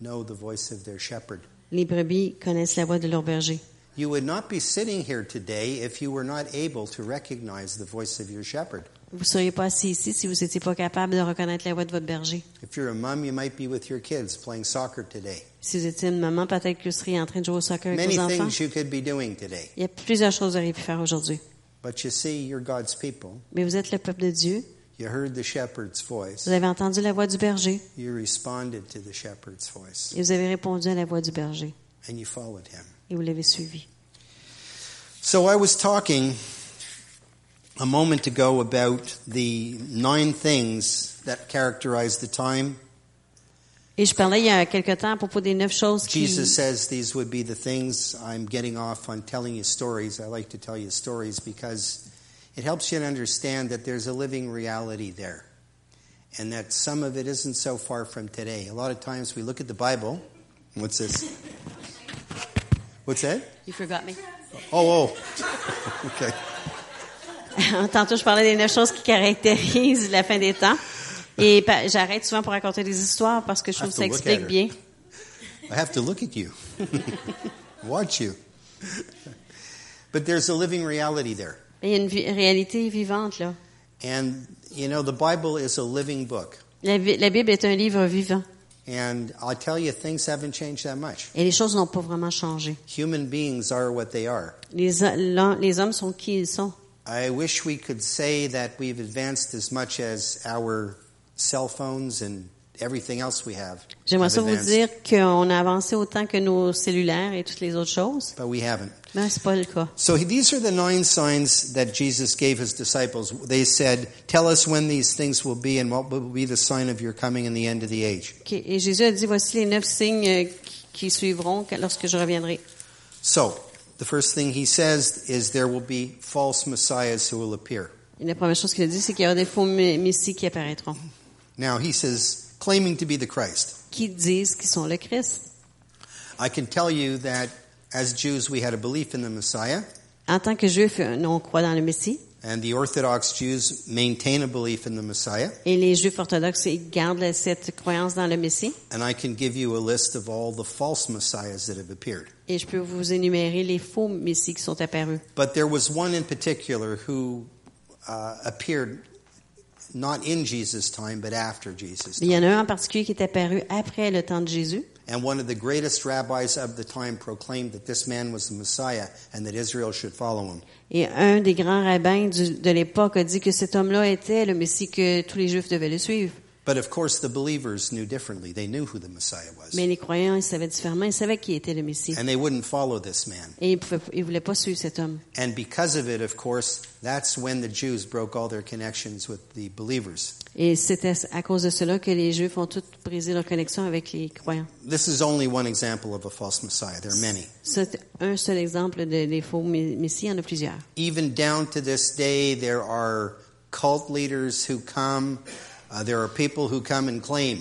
know the voice of their shepherd. Les brebis connaissent la voix de leur berger. You would not be sitting here today if you were not able to recognize the voice of your shepherd. Vous ne seriez pas assis ici si vous n'étiez pas capable de reconnaître la voix de votre berger. If you're a mom, you might be with your kids playing soccer today. Si vous étiez une maman, peut-être que vous seriez en train de jouer au soccer avec Many vos enfants. things you could be doing today. Il y a plusieurs choses que vous auriez pu faire aujourd'hui. But you see, you're God's people. Mais vous êtes le peuple de Dieu. You heard the shepherd's Vous voice. avez entendu la voix du berger You responded to the shepherd's voice. et vous avez répondu à la voix du berger And you followed him. et vous l'avez suivi. So I was talking a moment ago about the nine things that characterize the time. Et je parlais il y a quelque temps à propos des neuf choses qui... Jesus says these would be the things I'm getting off on telling you stories. I like to tell you stories because it helps you to understand that there's a living reality there. and that some of it isn't so far from today. A lot of times we look at the Bible. What's this? What's that? You forgot me. Oh, oh. okay. Tantôt, je parlais des neuf choses qui caractérisent la fin des temps. Et pa- j'arrête souvent pour raconter des histoires parce que je trouve que Have ça to look at explique her. bien. I have to look at you, watch you. But there's a living reality there. Il y a une vi- réalité vivante, là. And, you know, the Bible is a living book. La, vi- la Bible est un livre vivant. And I'll tell you, things haven't changed that much. Et les choses n'ont pas vraiment changé. Human beings are what they are. Les, ho- l'hom- les hommes sont qui ils sont. I wish we could say that we've advanced as much as our cell phones and everything else we have. J'aimerais ça have vous advanced, dire qu'on a avancé autant que nos cellulaires et toutes les autres choses, But we haven't. mais c'est pas le cas. So these are the nine signs that Jesus gave his disciples. They said, Tell us when these things will be and what will be the sign of your coming in the end of the age. Ok, Et Jésus a dit, voici les neuf signes euh, qui- qui suivront quand- lorsque je reviendrai. So, the first thing he says is there will be false messiahs who will appear. Et la première chose qu'il a dit, c'est qu'il y aura des faux me- messies qui apparaîtront, Now, he says, claiming to be the Christ. qui disent qu'ils sont le Christ. I can tell you that as Jews, we had a belief in the Messiah, En tant que Juifs, euh, nous, on croit dans le Messie, and the Orthodox Jews maintain a belief in the Messiah. et les Juifs orthodoxes, ils gardent la- cette croyance dans le Messie. And I can give you a list of all the false messiahs that have appeared. Et je peux vous énumérer les faux messies qui sont apparus. But there was one in particular who uh, appeared not in Jesus' time, but after Jesus' Il y time. en a un en particulier qui est apparu après le temps de Jésus. And one of the greatest rabbis of the time proclaimed that this man was the Messiah and that Israel should follow him. Et un des grands rabbins du- de l'époque a dit que cet homme-là était le Messie que tous les Juifs devaient le suivre. But of course, the believers knew differently. They knew who the Messiah was. Mais les croyants, ils savaient différemment, ils savaient qui était le Messie. And they wouldn't follow this man. Et ils ne voulaient pas suivre cet homme. And because of it, of course, that's when the Jews broke all their connections with the believers. Et c'était à cause de cela que les Juifs ont tous brisé leur connexion avec les croyants. This is only one example of a false Messiah. There are many. C'est un seul exemple de, des faux mé- Messies, il y en a plusieurs. Even down to this day, there are cult leaders who come, uh, there are people who come and claim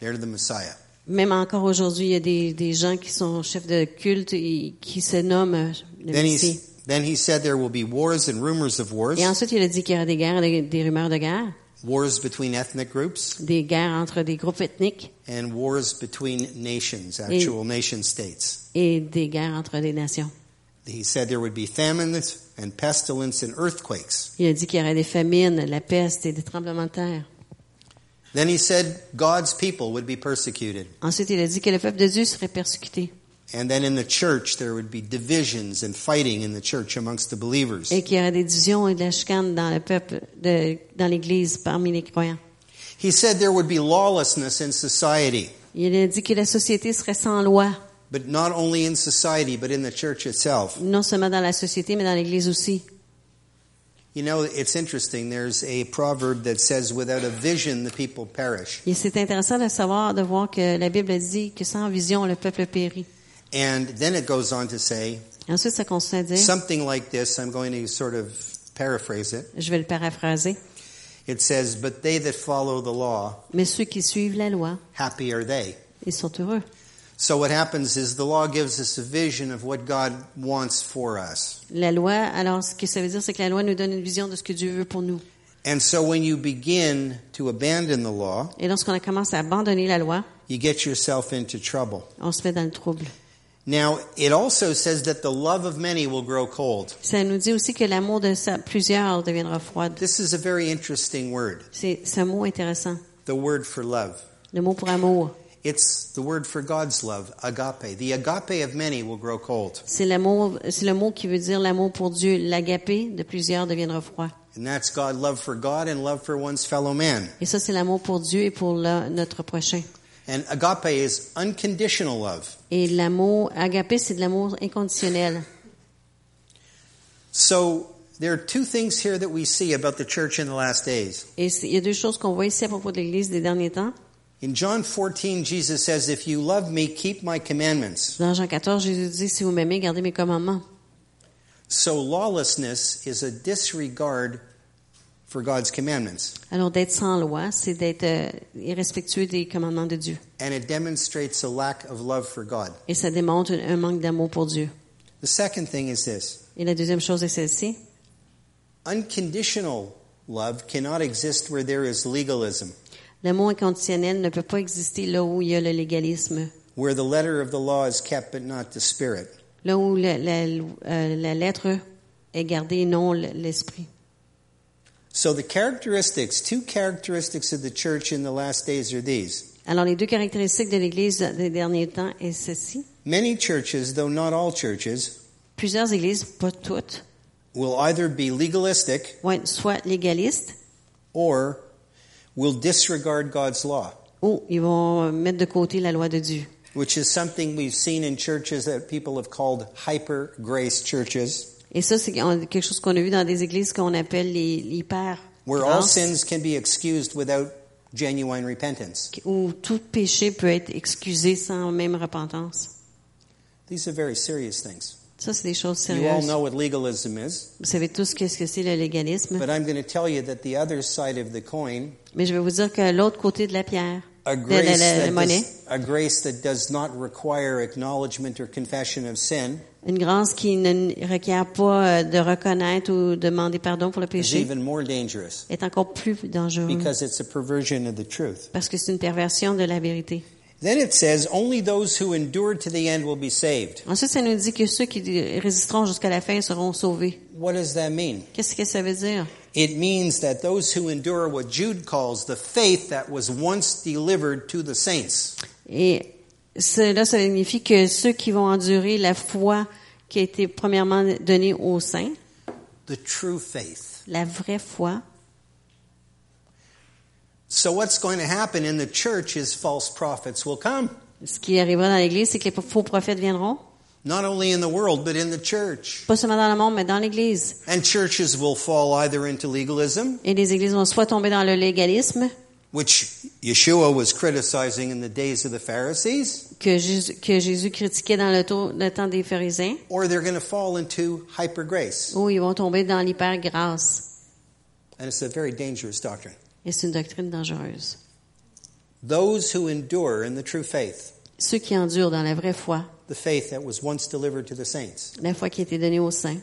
they're the Messiah. Même encore aujourd'hui, il y a des, des gens qui sont chefs de culte et qui se nomment euh, le Then, Messie. he's, then he said there will be wars and rumors of wars, Et ensuite, il a dit qu'il y aurait des guerres, des, des rumeurs de guerre, wars between ethnic groups, des guerres entre des groupes ethniques and wars between nations, actual nation states. et des guerres entre des nations. He said there would be famines and pestilence and earthquakes. Il a dit qu'il y aurait des famines, la peste et des tremblements de terre. Then he said God's people would be persecuted. Ensuite, il a dit que le peuple de Dieu serait persécuté And then in the church, there would be divisions and fighting in the church amongst the believers. et qu'il y aurait des divisions et de la chicane dans le peuple, de- dans l'Église, parmi les croyants. He said there would be lawlessness in society, Il a dit que la société serait sans loi, but not only in society, but in the church itself. non seulement dans la société, mais dans l'Église aussi. You know, it's interesting. There's a proverb that says, without a vision, the people perish. Et c'est intéressant de savoir, de voir que la Bible dit que sans vision, le peuple périt. And then it goes on to say Ensuite, ça continue à dire, something like this. I'm going to sort of paraphrase it. je vais le paraphraser, It says, But they that follow the law, mais ceux qui suivent la loi, happy are they. ils sont heureux. So what happens is the law gives us a vision of what God wants for us. La loi, alors ce que ça veut dire, c'est que la loi nous donne une vision de ce que Dieu veut pour nous. And so when you begin to abandon the law, Et lorsqu'on commence à abandonner la loi, you get yourself into trouble. on se met dans le trouble. Now, it also says that the love of many will grow cold. Ça nous dit aussi que l'amour de sa- plusieurs deviendra froide. This is a very interesting word, C'est ce mot intéressant, the word for love. le mot pour amour. It's the word for God's love, agape. The agape of many will grow cold. C'est l'amour, c'est le mot qui veut dire l'amour pour Dieu. L'agapé de plusieurs deviendra froid. And that's God love for God and love for one's fellow man. Et ça, c'est l'amour pour Dieu et pour le- notre prochain. And agape is unconditional love. Et l'amour agapé, c'est de l'amour inconditionnel. So there are two things here that we see about the church in the last days. Et c'est- il y a deux choses qu'on voit ici à propos de l'Église des derniers temps. In John 14, Jesus says, If you love me, keep my commandments. Dans Jean 14, Jésus dit, si vous m'aimez, gardez mes commandements. So lawlessness is a disregard for God's commandments. Alors, d'être sans loi, c'est d'être euh, irrespectueux des commandements de Dieu. And it demonstrates a lack of love for God. Et ça démontre un un manque d'amour pour Dieu. The second thing is this Et la deuxième chose est celle-ci. unconditional love cannot exist where there is legalism, L'amour inconditionnel ne peut pas exister là où il y a le légalisme, where the letter of the law is kept but not the spirit. là où la, la- euh, la lettre est gardée, non l- l'esprit. So the characteristics, two characteristics of the church in the last days are these. Alors, les deux caractéristiques de l'Église des derniers temps est ceci. Many churches, though not all churches, Plusieurs églises, pas toutes, will either be legalistic vont être soit légalistes or will disregard God's law, ou ils vont mettre de côté la loi de Dieu. which is something we've seen in churches that people have called hyper grace churches, Et ça, c'est quelque chose qu'on a vu dans des églises qu'on appelle les hyper where all sins can be excused without genuine repentance. où tout péché peut être excusé sans même repentance. These are very serious things. Ça, c'est des choses You all sérieuses. know what legalism is, Vous savez tous qu'est-ce que c'est le légalisme. but I'm going to tell you that the other side of the coin, Mais je vais vous dire que l'autre côté de la pierre, a de la, la- grace, la that monnaie, does, a grace that does not require acknowledgement or confession of sin une grâce qui ne requiert pas euh, de reconnaître ou demander pardon pour le is péché, even more dangerous est encore plus dangereux because it's a perversion of the truth. parce que c'est une perversion de la vérité. Then it says, only those who endure to the end will be saved. Ensuite, ça nous dit que ceux qui résisteront jusqu'à la fin seront sauvés. What does that mean? Qu'est-ce que ça veut dire? It means that those who endure what Jude calls the faith that was once delivered to the saints. Et cela ça signifie que ceux qui vont endurer la foi qui a été premièrement donnée aux saints, The true faith. la vraie foi. So what's going to happen in the church is false prophets will come. Ce qui arrivera dans l'Église, c'est que les faux prophètes viendront, Not only in the world, but in the church. pas seulement dans le monde, mais dans l'Église. And churches will fall either into legalism Et les Églises vont soit tomber dans le légalisme, which Yeshua was criticizing in the days of the Pharisees, que Jésus, que Jésus critiquait dans le, taux- le temps des pharisiens, or they're going to fall into hyper grace. ou ils vont tomber dans l'hyper-grâce. And it's a very dangerous doctrine. Et c'est une doctrine dangereuse. Those who endure in the true faith, Ceux qui endurent dans la vraie foi, the faith that was once delivered to the saints, la foi qui a été donnée aux saints,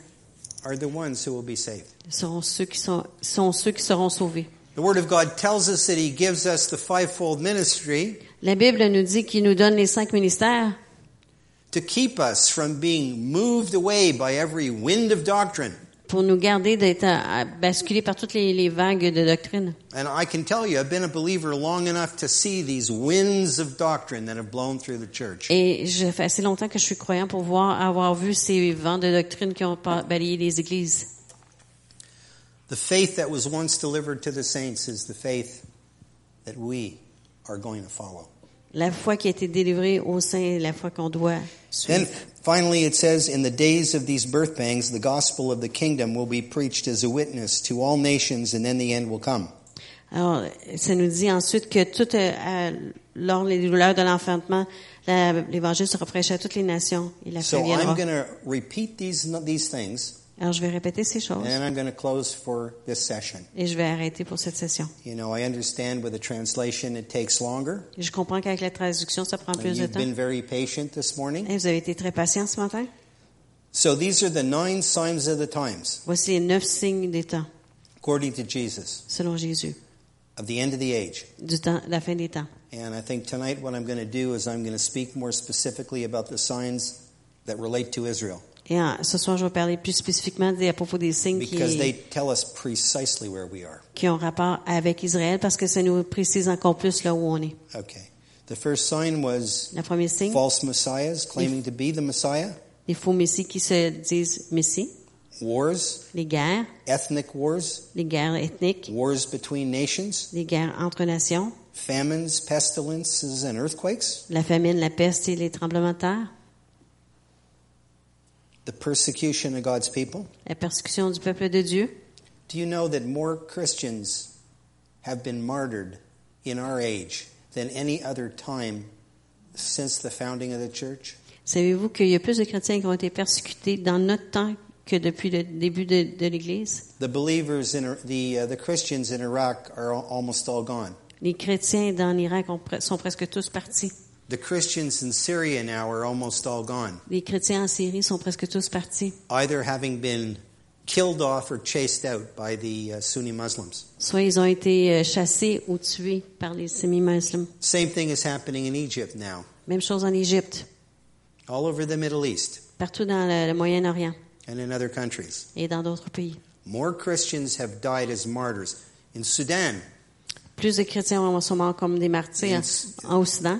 are the ones who will be saved. seront ceux qui sont, sont ceux qui seront sauvés. The Word of God tells us that He gives us the fivefold ministry La Bible nous dit qu'il nous donne les cinq ministères to keep us from being moved away by every wind of doctrine. pour nous garder d'être euh, basculés par toutes les, les vagues de doctrine. And I can tell you, I've been a believer long enough to see these winds of doctrine that have blown through the church. Et je fait assez longtemps que je suis croyant pour voir, avoir vu ces vents de doctrine qui ont pa- balayé les églises. The faith that was once delivered to the saints is the faith that we are going to follow. La foi qui a été délivrée au sein, la foi qu'on doit Then suivre. finally it says, In the days of these birth pangs, the gospel of the kingdom will be preached as a witness to all nations, and then the end will come. Alors, ça nous dit ensuite que tout, euh, à- lors des douleurs de l'enfantement, la- l'Évangile sera prêché à toutes les nations. Il la So foi viendra. I'm going to repeat these, these things, Alors, je vais répéter ces choses and then I'm going to close for this session. et je vais arrêter pour cette session. You know, I understand with a translation it takes longer. Je comprends qu'avec la traduction, ça prend And plus de you've temps. been very patient this morning. Hey, vous avez été très patient ce matin. So these are the nine signs of the times, Voici les neuf signes des temps, according to Jesus, selon Jésus, of the end of the age. du temps, la fin des temps. And I think tonight what I'm going to do is I'm going to speak more specifically about the signs that relate to Israel Et en- ce soir, je vais parler plus spécifiquement des- à propos des signes qui, because they tell us precisely where we are. qui ont rapport avec Israël, parce que ça nous précise encore plus là où on est. Okay. The first sign was Le premier signe, false messiahs claiming to be the Messiah, les faux messies qui se disent messie, wars, les guerres, ethnic wars, les guerres ethniques, wars between nations, les guerres entre nations, famines, pestilences, and earthquakes, la famine, la peste et les tremblements de terre, the persecution of God's people. la persécution du peuple de Dieu. Do you know that more Christians have been martyred in our age than any other time since the founding of the church? Savez-vous qu'il y a plus de chrétiens qui ont été persécutés dans notre temps que depuis le début de, de l'Église. The believers in Ir- the uh, the Christians in Iraq are al- almost all gone. Les chrétiens dans l'Irak ont pre- sont presque tous partis. The Christians in Syria now are almost all gone, Les chrétiens en Syrie sont presque tous partis, either having been killed off or chased out by the uh, Sunni Muslims. soit ils ont été euh, chassés ou tués par les semi-musulmans. Same thing is happening in Egypt now, Même chose en Égypte, all over the Middle East partout dans le, le Moyen-Orient and in other countries. et dans d'autres pays. More Christians have died as martyrs in Sudan, Plus de chrétiens ont- sont morts comme des martyrs Yes. en, en Occident,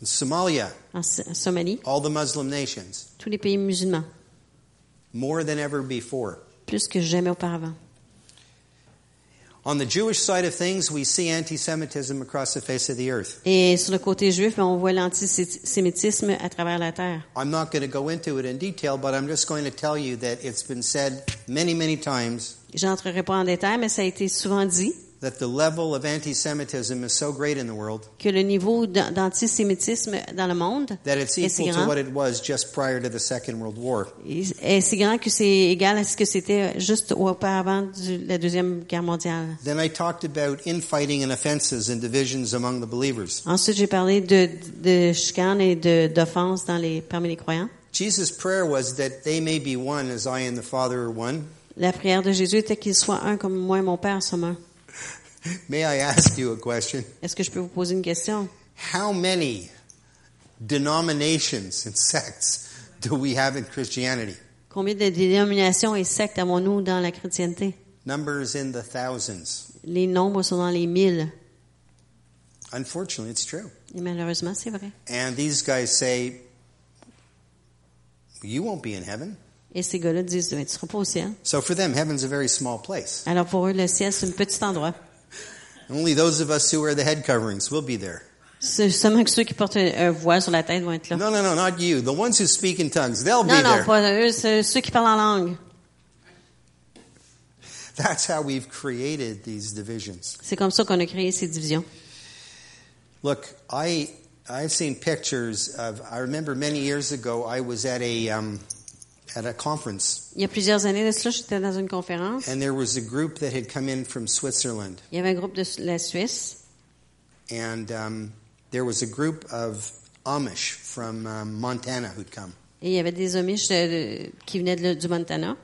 in Somalia, en, S- en Somalie, all the Muslim nations, tous les pays musulmans, more than ever before. plus que jamais auparavant. On the Jewish side of things, we see anti-Semitism across the face of the earth. Et sur le côté juif, ben, on voit l'antisémitisme à travers la terre. I'm not going to go into it in detail, but I'm just going to tell you that it's been said many, many times J'entrerai pas en détail, mais ça a été souvent dit that the level of anti-Semitism is so great in the world que le niveau d'an- d'antisémitisme dans le monde that it's Yes, equal to Iran. what it was just prior to the Second World War. est est si grand que c'est égal à ce que c'était juste auparavant de la Deuxième Guerre mondiale. Then I talked about infighting and offenses and divisions among the believers. Ensuite, j'ai parlé de, de chicanes et de- d'offenses dans les, parmi les croyants. Jesus' prayer was that they may be one as I and the Father are one. La prière de Jésus était qu'il soit un comme moi et mon Père sommes un. May I ask you a question? Est-ce que je peux vous poser une question? How many denominations and sects do we have in Christianity? Combien de dénominations et sectes avons-nous dans la chrétienté? Numbers in the thousands. Les nombres sont dans les mille. Unfortunately, it's true. Et malheureusement, c'est vrai. And these guys say, You won't be in heaven. Et ces gars-là disent, Ben, tu seras pas au ciel. So for them, heaven's a very small place. Alors pour eux, le ciel, c'est un petit endroit. Only those of us who wear the head coverings will be there. C'est seulement que ceux qui portent un un voile sur la tête vont être là. No, no, no, not you. The ones who speak in tongues, they'll be Non, non, there. pas eux, c'est ceux qui parlent en langue. That's how we've created these divisions. C'est comme ça qu'on a créé ces divisions. Look, I I've seen pictures of. I remember many years ago, I was at a um, at a conference, Il y a plusieurs années de cela, j'étais dans une conférence. and there was a group that had come in from Switzerland, Il y avait un groupe de la Suisse. and um, there was a group of Amish from um, Montana who'd come, Et il y avait des Amish euh, de- qui venaient de là- du Montana.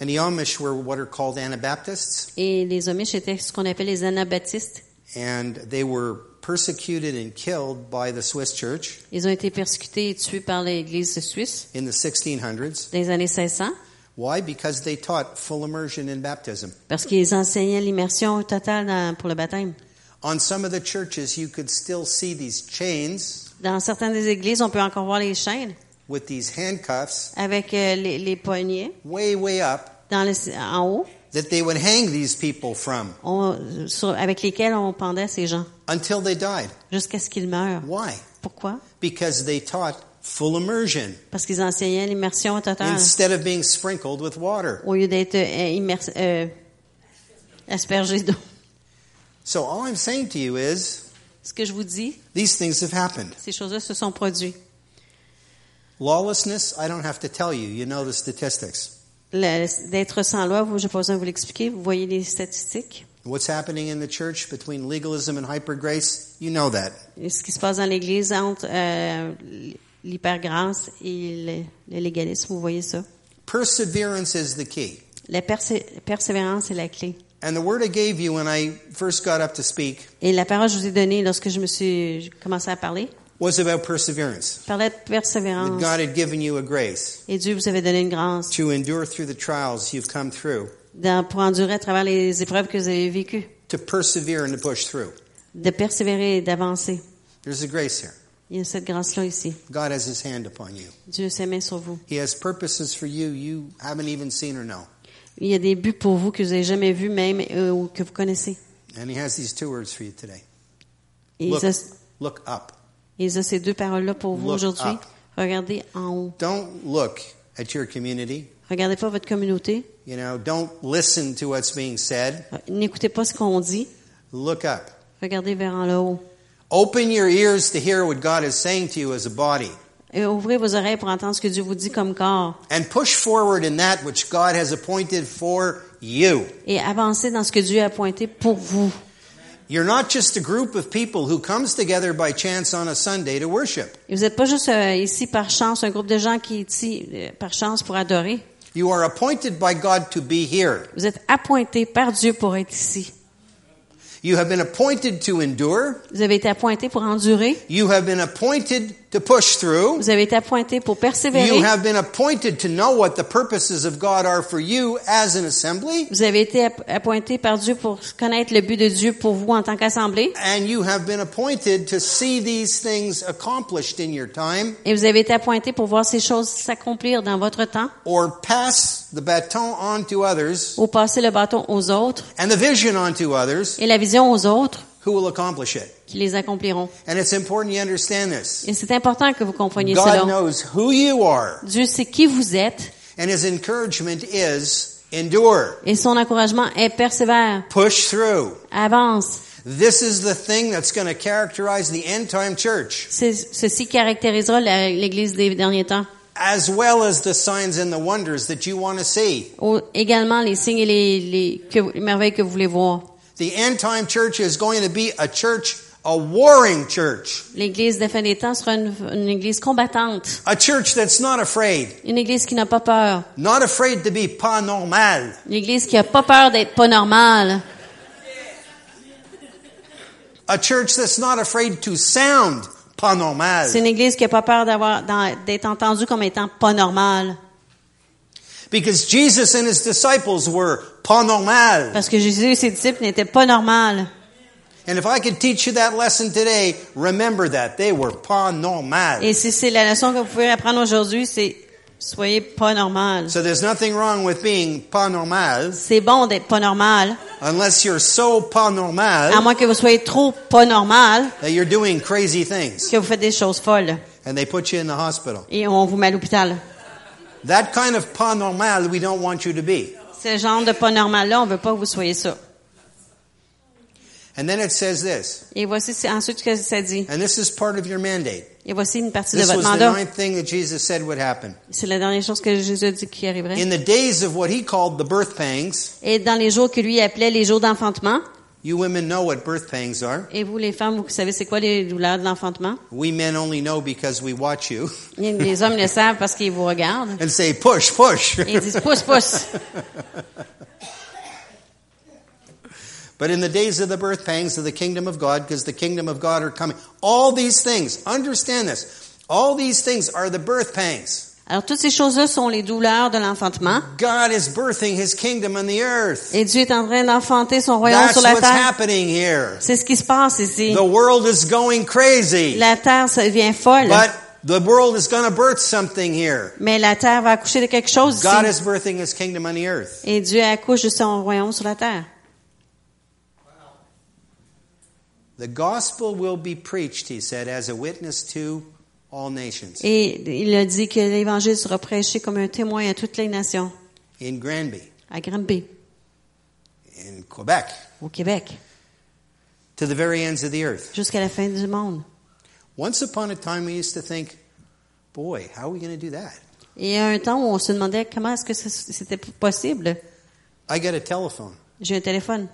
and the Amish were what are called Anabaptists, Et les Amish étaient ce qu'on appelle les anabaptistes. and they were persecuted and killed by the Swiss Church Ils ont été persécutés et tués par l'Église suisse in the 1600s. dans les années 1600 Why? Because they taught full immersion in baptism. parce qu'ils enseignaient l'immersion totale dans- pour le baptême. On some of the churches, you could still see these chains Dans certaines des églises, on peut encore voir les chaînes with these handcuffs avec euh, les, les poignets way, way up dans le- en haut that they would hang these people from on- sur- avec lesquels on pendait ces gens until they died. jusqu'à ce qu'ils meurent. Why? Pourquoi? Because they taught full immersion Parce qu'ils enseignaient l'immersion totale instead of being sprinkled with water. au lieu d'être euh, immers- euh, aspergés d'eau. So all I'm saying to you is Ce que je vous dis, these things have happened. ces choses-là se sont produites. Lawlessness, I don't have to tell you. You know the statistics. Le- D'être sans loi, vous, j'ai pas besoin de vous l'expliquer. Vous voyez les statistiques. What's happening in the church between legalism and hyper grace, you know that. Et ce qui se passe dans l'Église entre euh, l'hypergrâce et le, le légalisme, vous voyez ça. Perseverance is the key. La persé- persévérance est la clé. And the word I gave you when I first got up to speak Et la parole que je vous ai donnée lorsque je me suis j'ai commencé à parler, was about perseverance. je parlais de That persévérance. God had given you a grace Et Dieu vous avait donné une grâce to endure through the trials you've come through, dans- pour endurer à travers les épreuves que vous avez vécues, to persevere and to push through. de persévérer et d'avancer. There's a grace here. Il y a cette grâce-là ici. God has his hand upon you. Dieu se met sur vous. He has purposes for you you haven't even seen or know. Il y a des buts pour vous que vous n'avez jamais vus même euh, ou que vous connaissez. And he has these two words for you today. Et Look, il, a, look up. il a ces deux paroles-là pour vous Look aujourd'hui. up. Regardez en haut. Don't look at your community. Regardez pas votre communauté. You know, don't listen to what's being said. N'écoutez pas ce qu'on dit. Look up. Regardez vers en haut. Open your ears to hear what God is saying to you as a body. Et ouvrez vos oreilles pour entendre ce que Dieu vous dit comme corps. and push forward in that which God has appointed for you. Et avancez dans ce que Dieu a pointé pour vous. You're not just a group of people who comes together by chance on a Sunday to worship. Et vous n'êtes pas juste euh, ici par chance, un groupe de gens qui est ici euh, par chance pour adorer. You are appointed by God to be here. Vous êtes appointés par Dieu pour être ici. You have been appointed to endure. Vous avez été appointés pour endurer. You have been appointed to push through. Vous avez été appointés pour persévérer. You have been appointed to know what the purposes of God are for you as an assembly. Vous avez été app- appointés par Dieu pour connaître le but de Dieu pour vous en tant qu'assemblée. And you have been appointed to see these things accomplished in your time Et vous avez été appointés pour voir ces choses s'accomplir dans votre temps or pass the baton on to others ou passer le bâton aux autres and the vision on to others et la vision aux autres who will accomplish it. qui les accompliront. And it's important you understand this. Et c'est important que vous compreniez God cela. knows who you are, Dieu sait qui vous êtes and His encouragement is endure, et son encouragement est persévère, push through. avance. This is the thing that's going to characterize the end time church, C'est- Ceci caractérisera la- l'Église des derniers temps. as well as the signs and the wonders that you want to see. Au- également les signes et les, les- que- les merveilles que vous voulez voir. The end time church is going to be a church, a warring church, L'Église des fins des temps sera une, une Église combattante, a church that's not afraid, une Église qui n'a pas peur, not afraid to be pas normal, une Église qui n'a pas peur d'être pas normale, a church that's not afraid to sound pas normal. c'est une Église qui n'a pas peur d'avoir d'en- d'être entendue comme étant pas normale. Because Jesus and his disciples were pas normal. Parce que Jésus et ses disciples n'étaient pas normales. And if I could teach you that lesson today, remember that. They were pas normal. Et si c'est la leçon que vous pouvez apprendre aujourd'hui, c'est soyez pas normal. So there's nothing wrong with being pas normal C'est bon d'être pas normal, unless you're so pas à normal moins que vous soyez trop pas normal, that you're doing crazy things que vous faites des choses folles and they put you in the hospital. et on vous met à l'hôpital. That kind of pas normal we don't want you to be. Ce genre de pas normal-là, on veut pas que vous soyez ça. And then it says this, Et voici c'est ensuite ce que ça dit. and this is part of your mandate. Et voici une partie de This votre was the mandat. ninth thing that Jesus said would happen. C'est la dernière chose que Jésus a dit qui arriverait. In the days of what he called the birth pangs, Et dans les jours que lui appelait les jours d'enfantement, you women know what birth pangs are. et vous les femmes, vous savez c'est quoi les douleurs de l'enfantement? We men only know because we watch you Les- Les hommes le savent parce qu'ils vous regardent. and say, push, push. Et ils disent pousse, pousse. but in the days of the birth pangs of the kingdom of God, because the kingdom of God are coming. All these things, understand this. All these things are the birth pangs. Alors toutes ces choses-là sont les douleurs de l'enfantement. God is birthing his kingdom on the earth. Et Dieu est en train d'enfanter son royaume That's sur la what's terre. happening here. C'est ce qui se passe ici. The world is going crazy, La terre ça devient folle. but the world is going to birth something here. Mais la terre va accoucher de quelque chose God ici. is birthing his kingdom on the earth. Et Dieu accouche de son royaume sur la terre. The gospel will be preached, he said, as a witness to all nations Eh. Et il a dit que l'Évangile sera prêché comme un témoin à toutes les nations, in Granby, à Granby, in Quebec. au Québec, to the very ends of the earth. jusqu'à la fin du monde. Once upon a time, we used to think, boy, how are we going to do that? Et il y a un temps où on se demandait comment est-ce que ça- c'était possible. I got a telephone. J'ai un téléphone.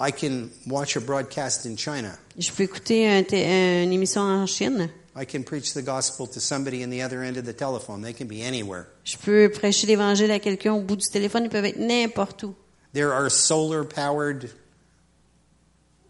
I can watch a broadcast in China. Je peux écouter un té- une émission en Chine. I can preach the gospel to somebody in the other end of the telephone. They can be anywhere. Je peux prêcher l'Évangile à quelqu'un au bout du téléphone. Ils peuvent être n'importe où. There are solar powered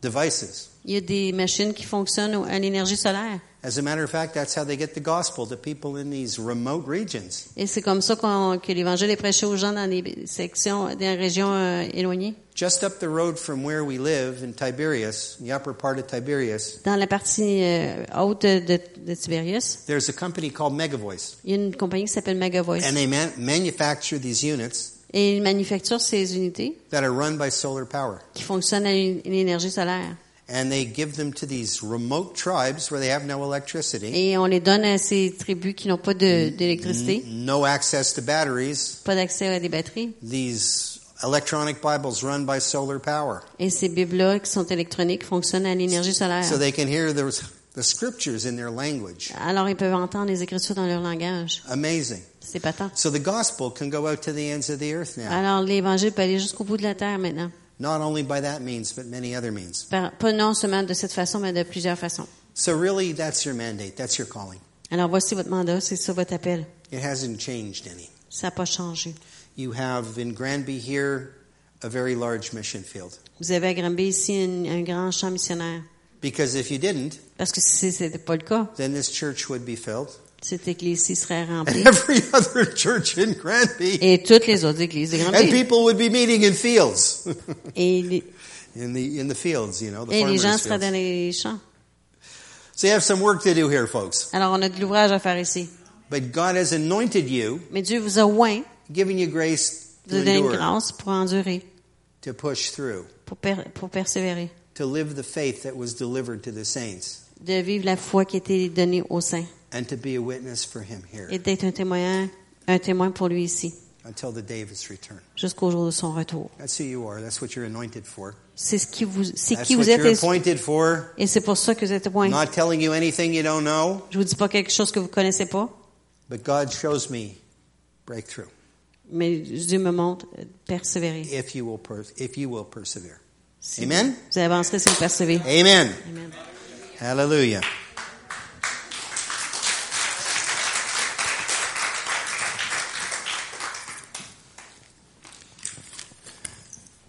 devices. Il y a des machines qui fonctionnent au- à l'énergie solaire. As a matter of fact, that's how they get the gospel to people in these remote regions. Et c'est comme ça qu'on- que l'Évangile est prêché aux gens dans des sections, dans des régions euh, éloignées. Just up the road from where we live in Tiberias, in the upper part of Tiberias, Dans la partie euh, haute de, de, de Tibérius, there's a company called Megavoice. il y a une compagnie qui s'appelle Megavoice. And they man- manufacture these units Et ils manufacturent ces unités that are run by solar power. qui fonctionnent à une- une énergie solaire. And they give them to these remote tribes where they have no electricity, Et on les donne à ces tribus qui n'ont pas de- d'électricité, no access to batteries. pas d'accès à des batteries. These electronic Bibles run by solar power. Et ces bibles-là qui sont électroniques fonctionnent à l'énergie solaire. So they can hear the the scriptures in their language. Alors ils peuvent entendre les Écritures dans leur langage. Amazing. C'est patent. So the gospel can go out to the ends of the earth now, Alors l'Évangile peut aller jusqu'au bout de la terre maintenant. not only by that means, but many other means. Par- Pas non seulement de cette façon, mais de plusieurs façons. So really, that's your mandate. That's your calling. Alors voici votre mandat, c'est ça votre appel. It hasn't changed any. Ça n'a pas changé. You have in Granby here a very large mission field. Vous avez à Granby ici une- un grand champ missionnaire. Because if you didn't, Parce que si ce n'était pas le cas, then this church would be filled. cette église-ci serait remplie. And every other church in Granby. Et toutes les autres églises de And Granby. people would be meeting in fields. Et les, in the in the fields, you know, the et les farmers' gens fields. seraient dans les champs. So you have some work to do here, folks. Alors on a de l'ouvrage à faire ici. But God has anointed you, Mais Dieu vous a oint, giving you grace vous to a donné une endure, grâce pour endurer, to push through, pour, per- pour persévérer, to live the faith that was delivered to the saints, de vivre la foi qui a été donnée au saints and to be a witness for Him here et d'être un témoin, un témoin pour lui ici, until the day of His return. jusqu'au jour de son retour. That's who you are. That's what you're anointed for. C'est ce qui vous, c'est That's qui what vous you're êtes appointed for. et c'est pour ça que vous êtes oint. Not telling you anything you don't know, Je vous dis pas quelque chose que vous connaissez pas, but God shows me breakthrough mais Dieu me montre euh, persévérer. if you will per- if you will persevere. Amen. Vous avancerez si vous persévérez. Amen. Amen. Hallelujah.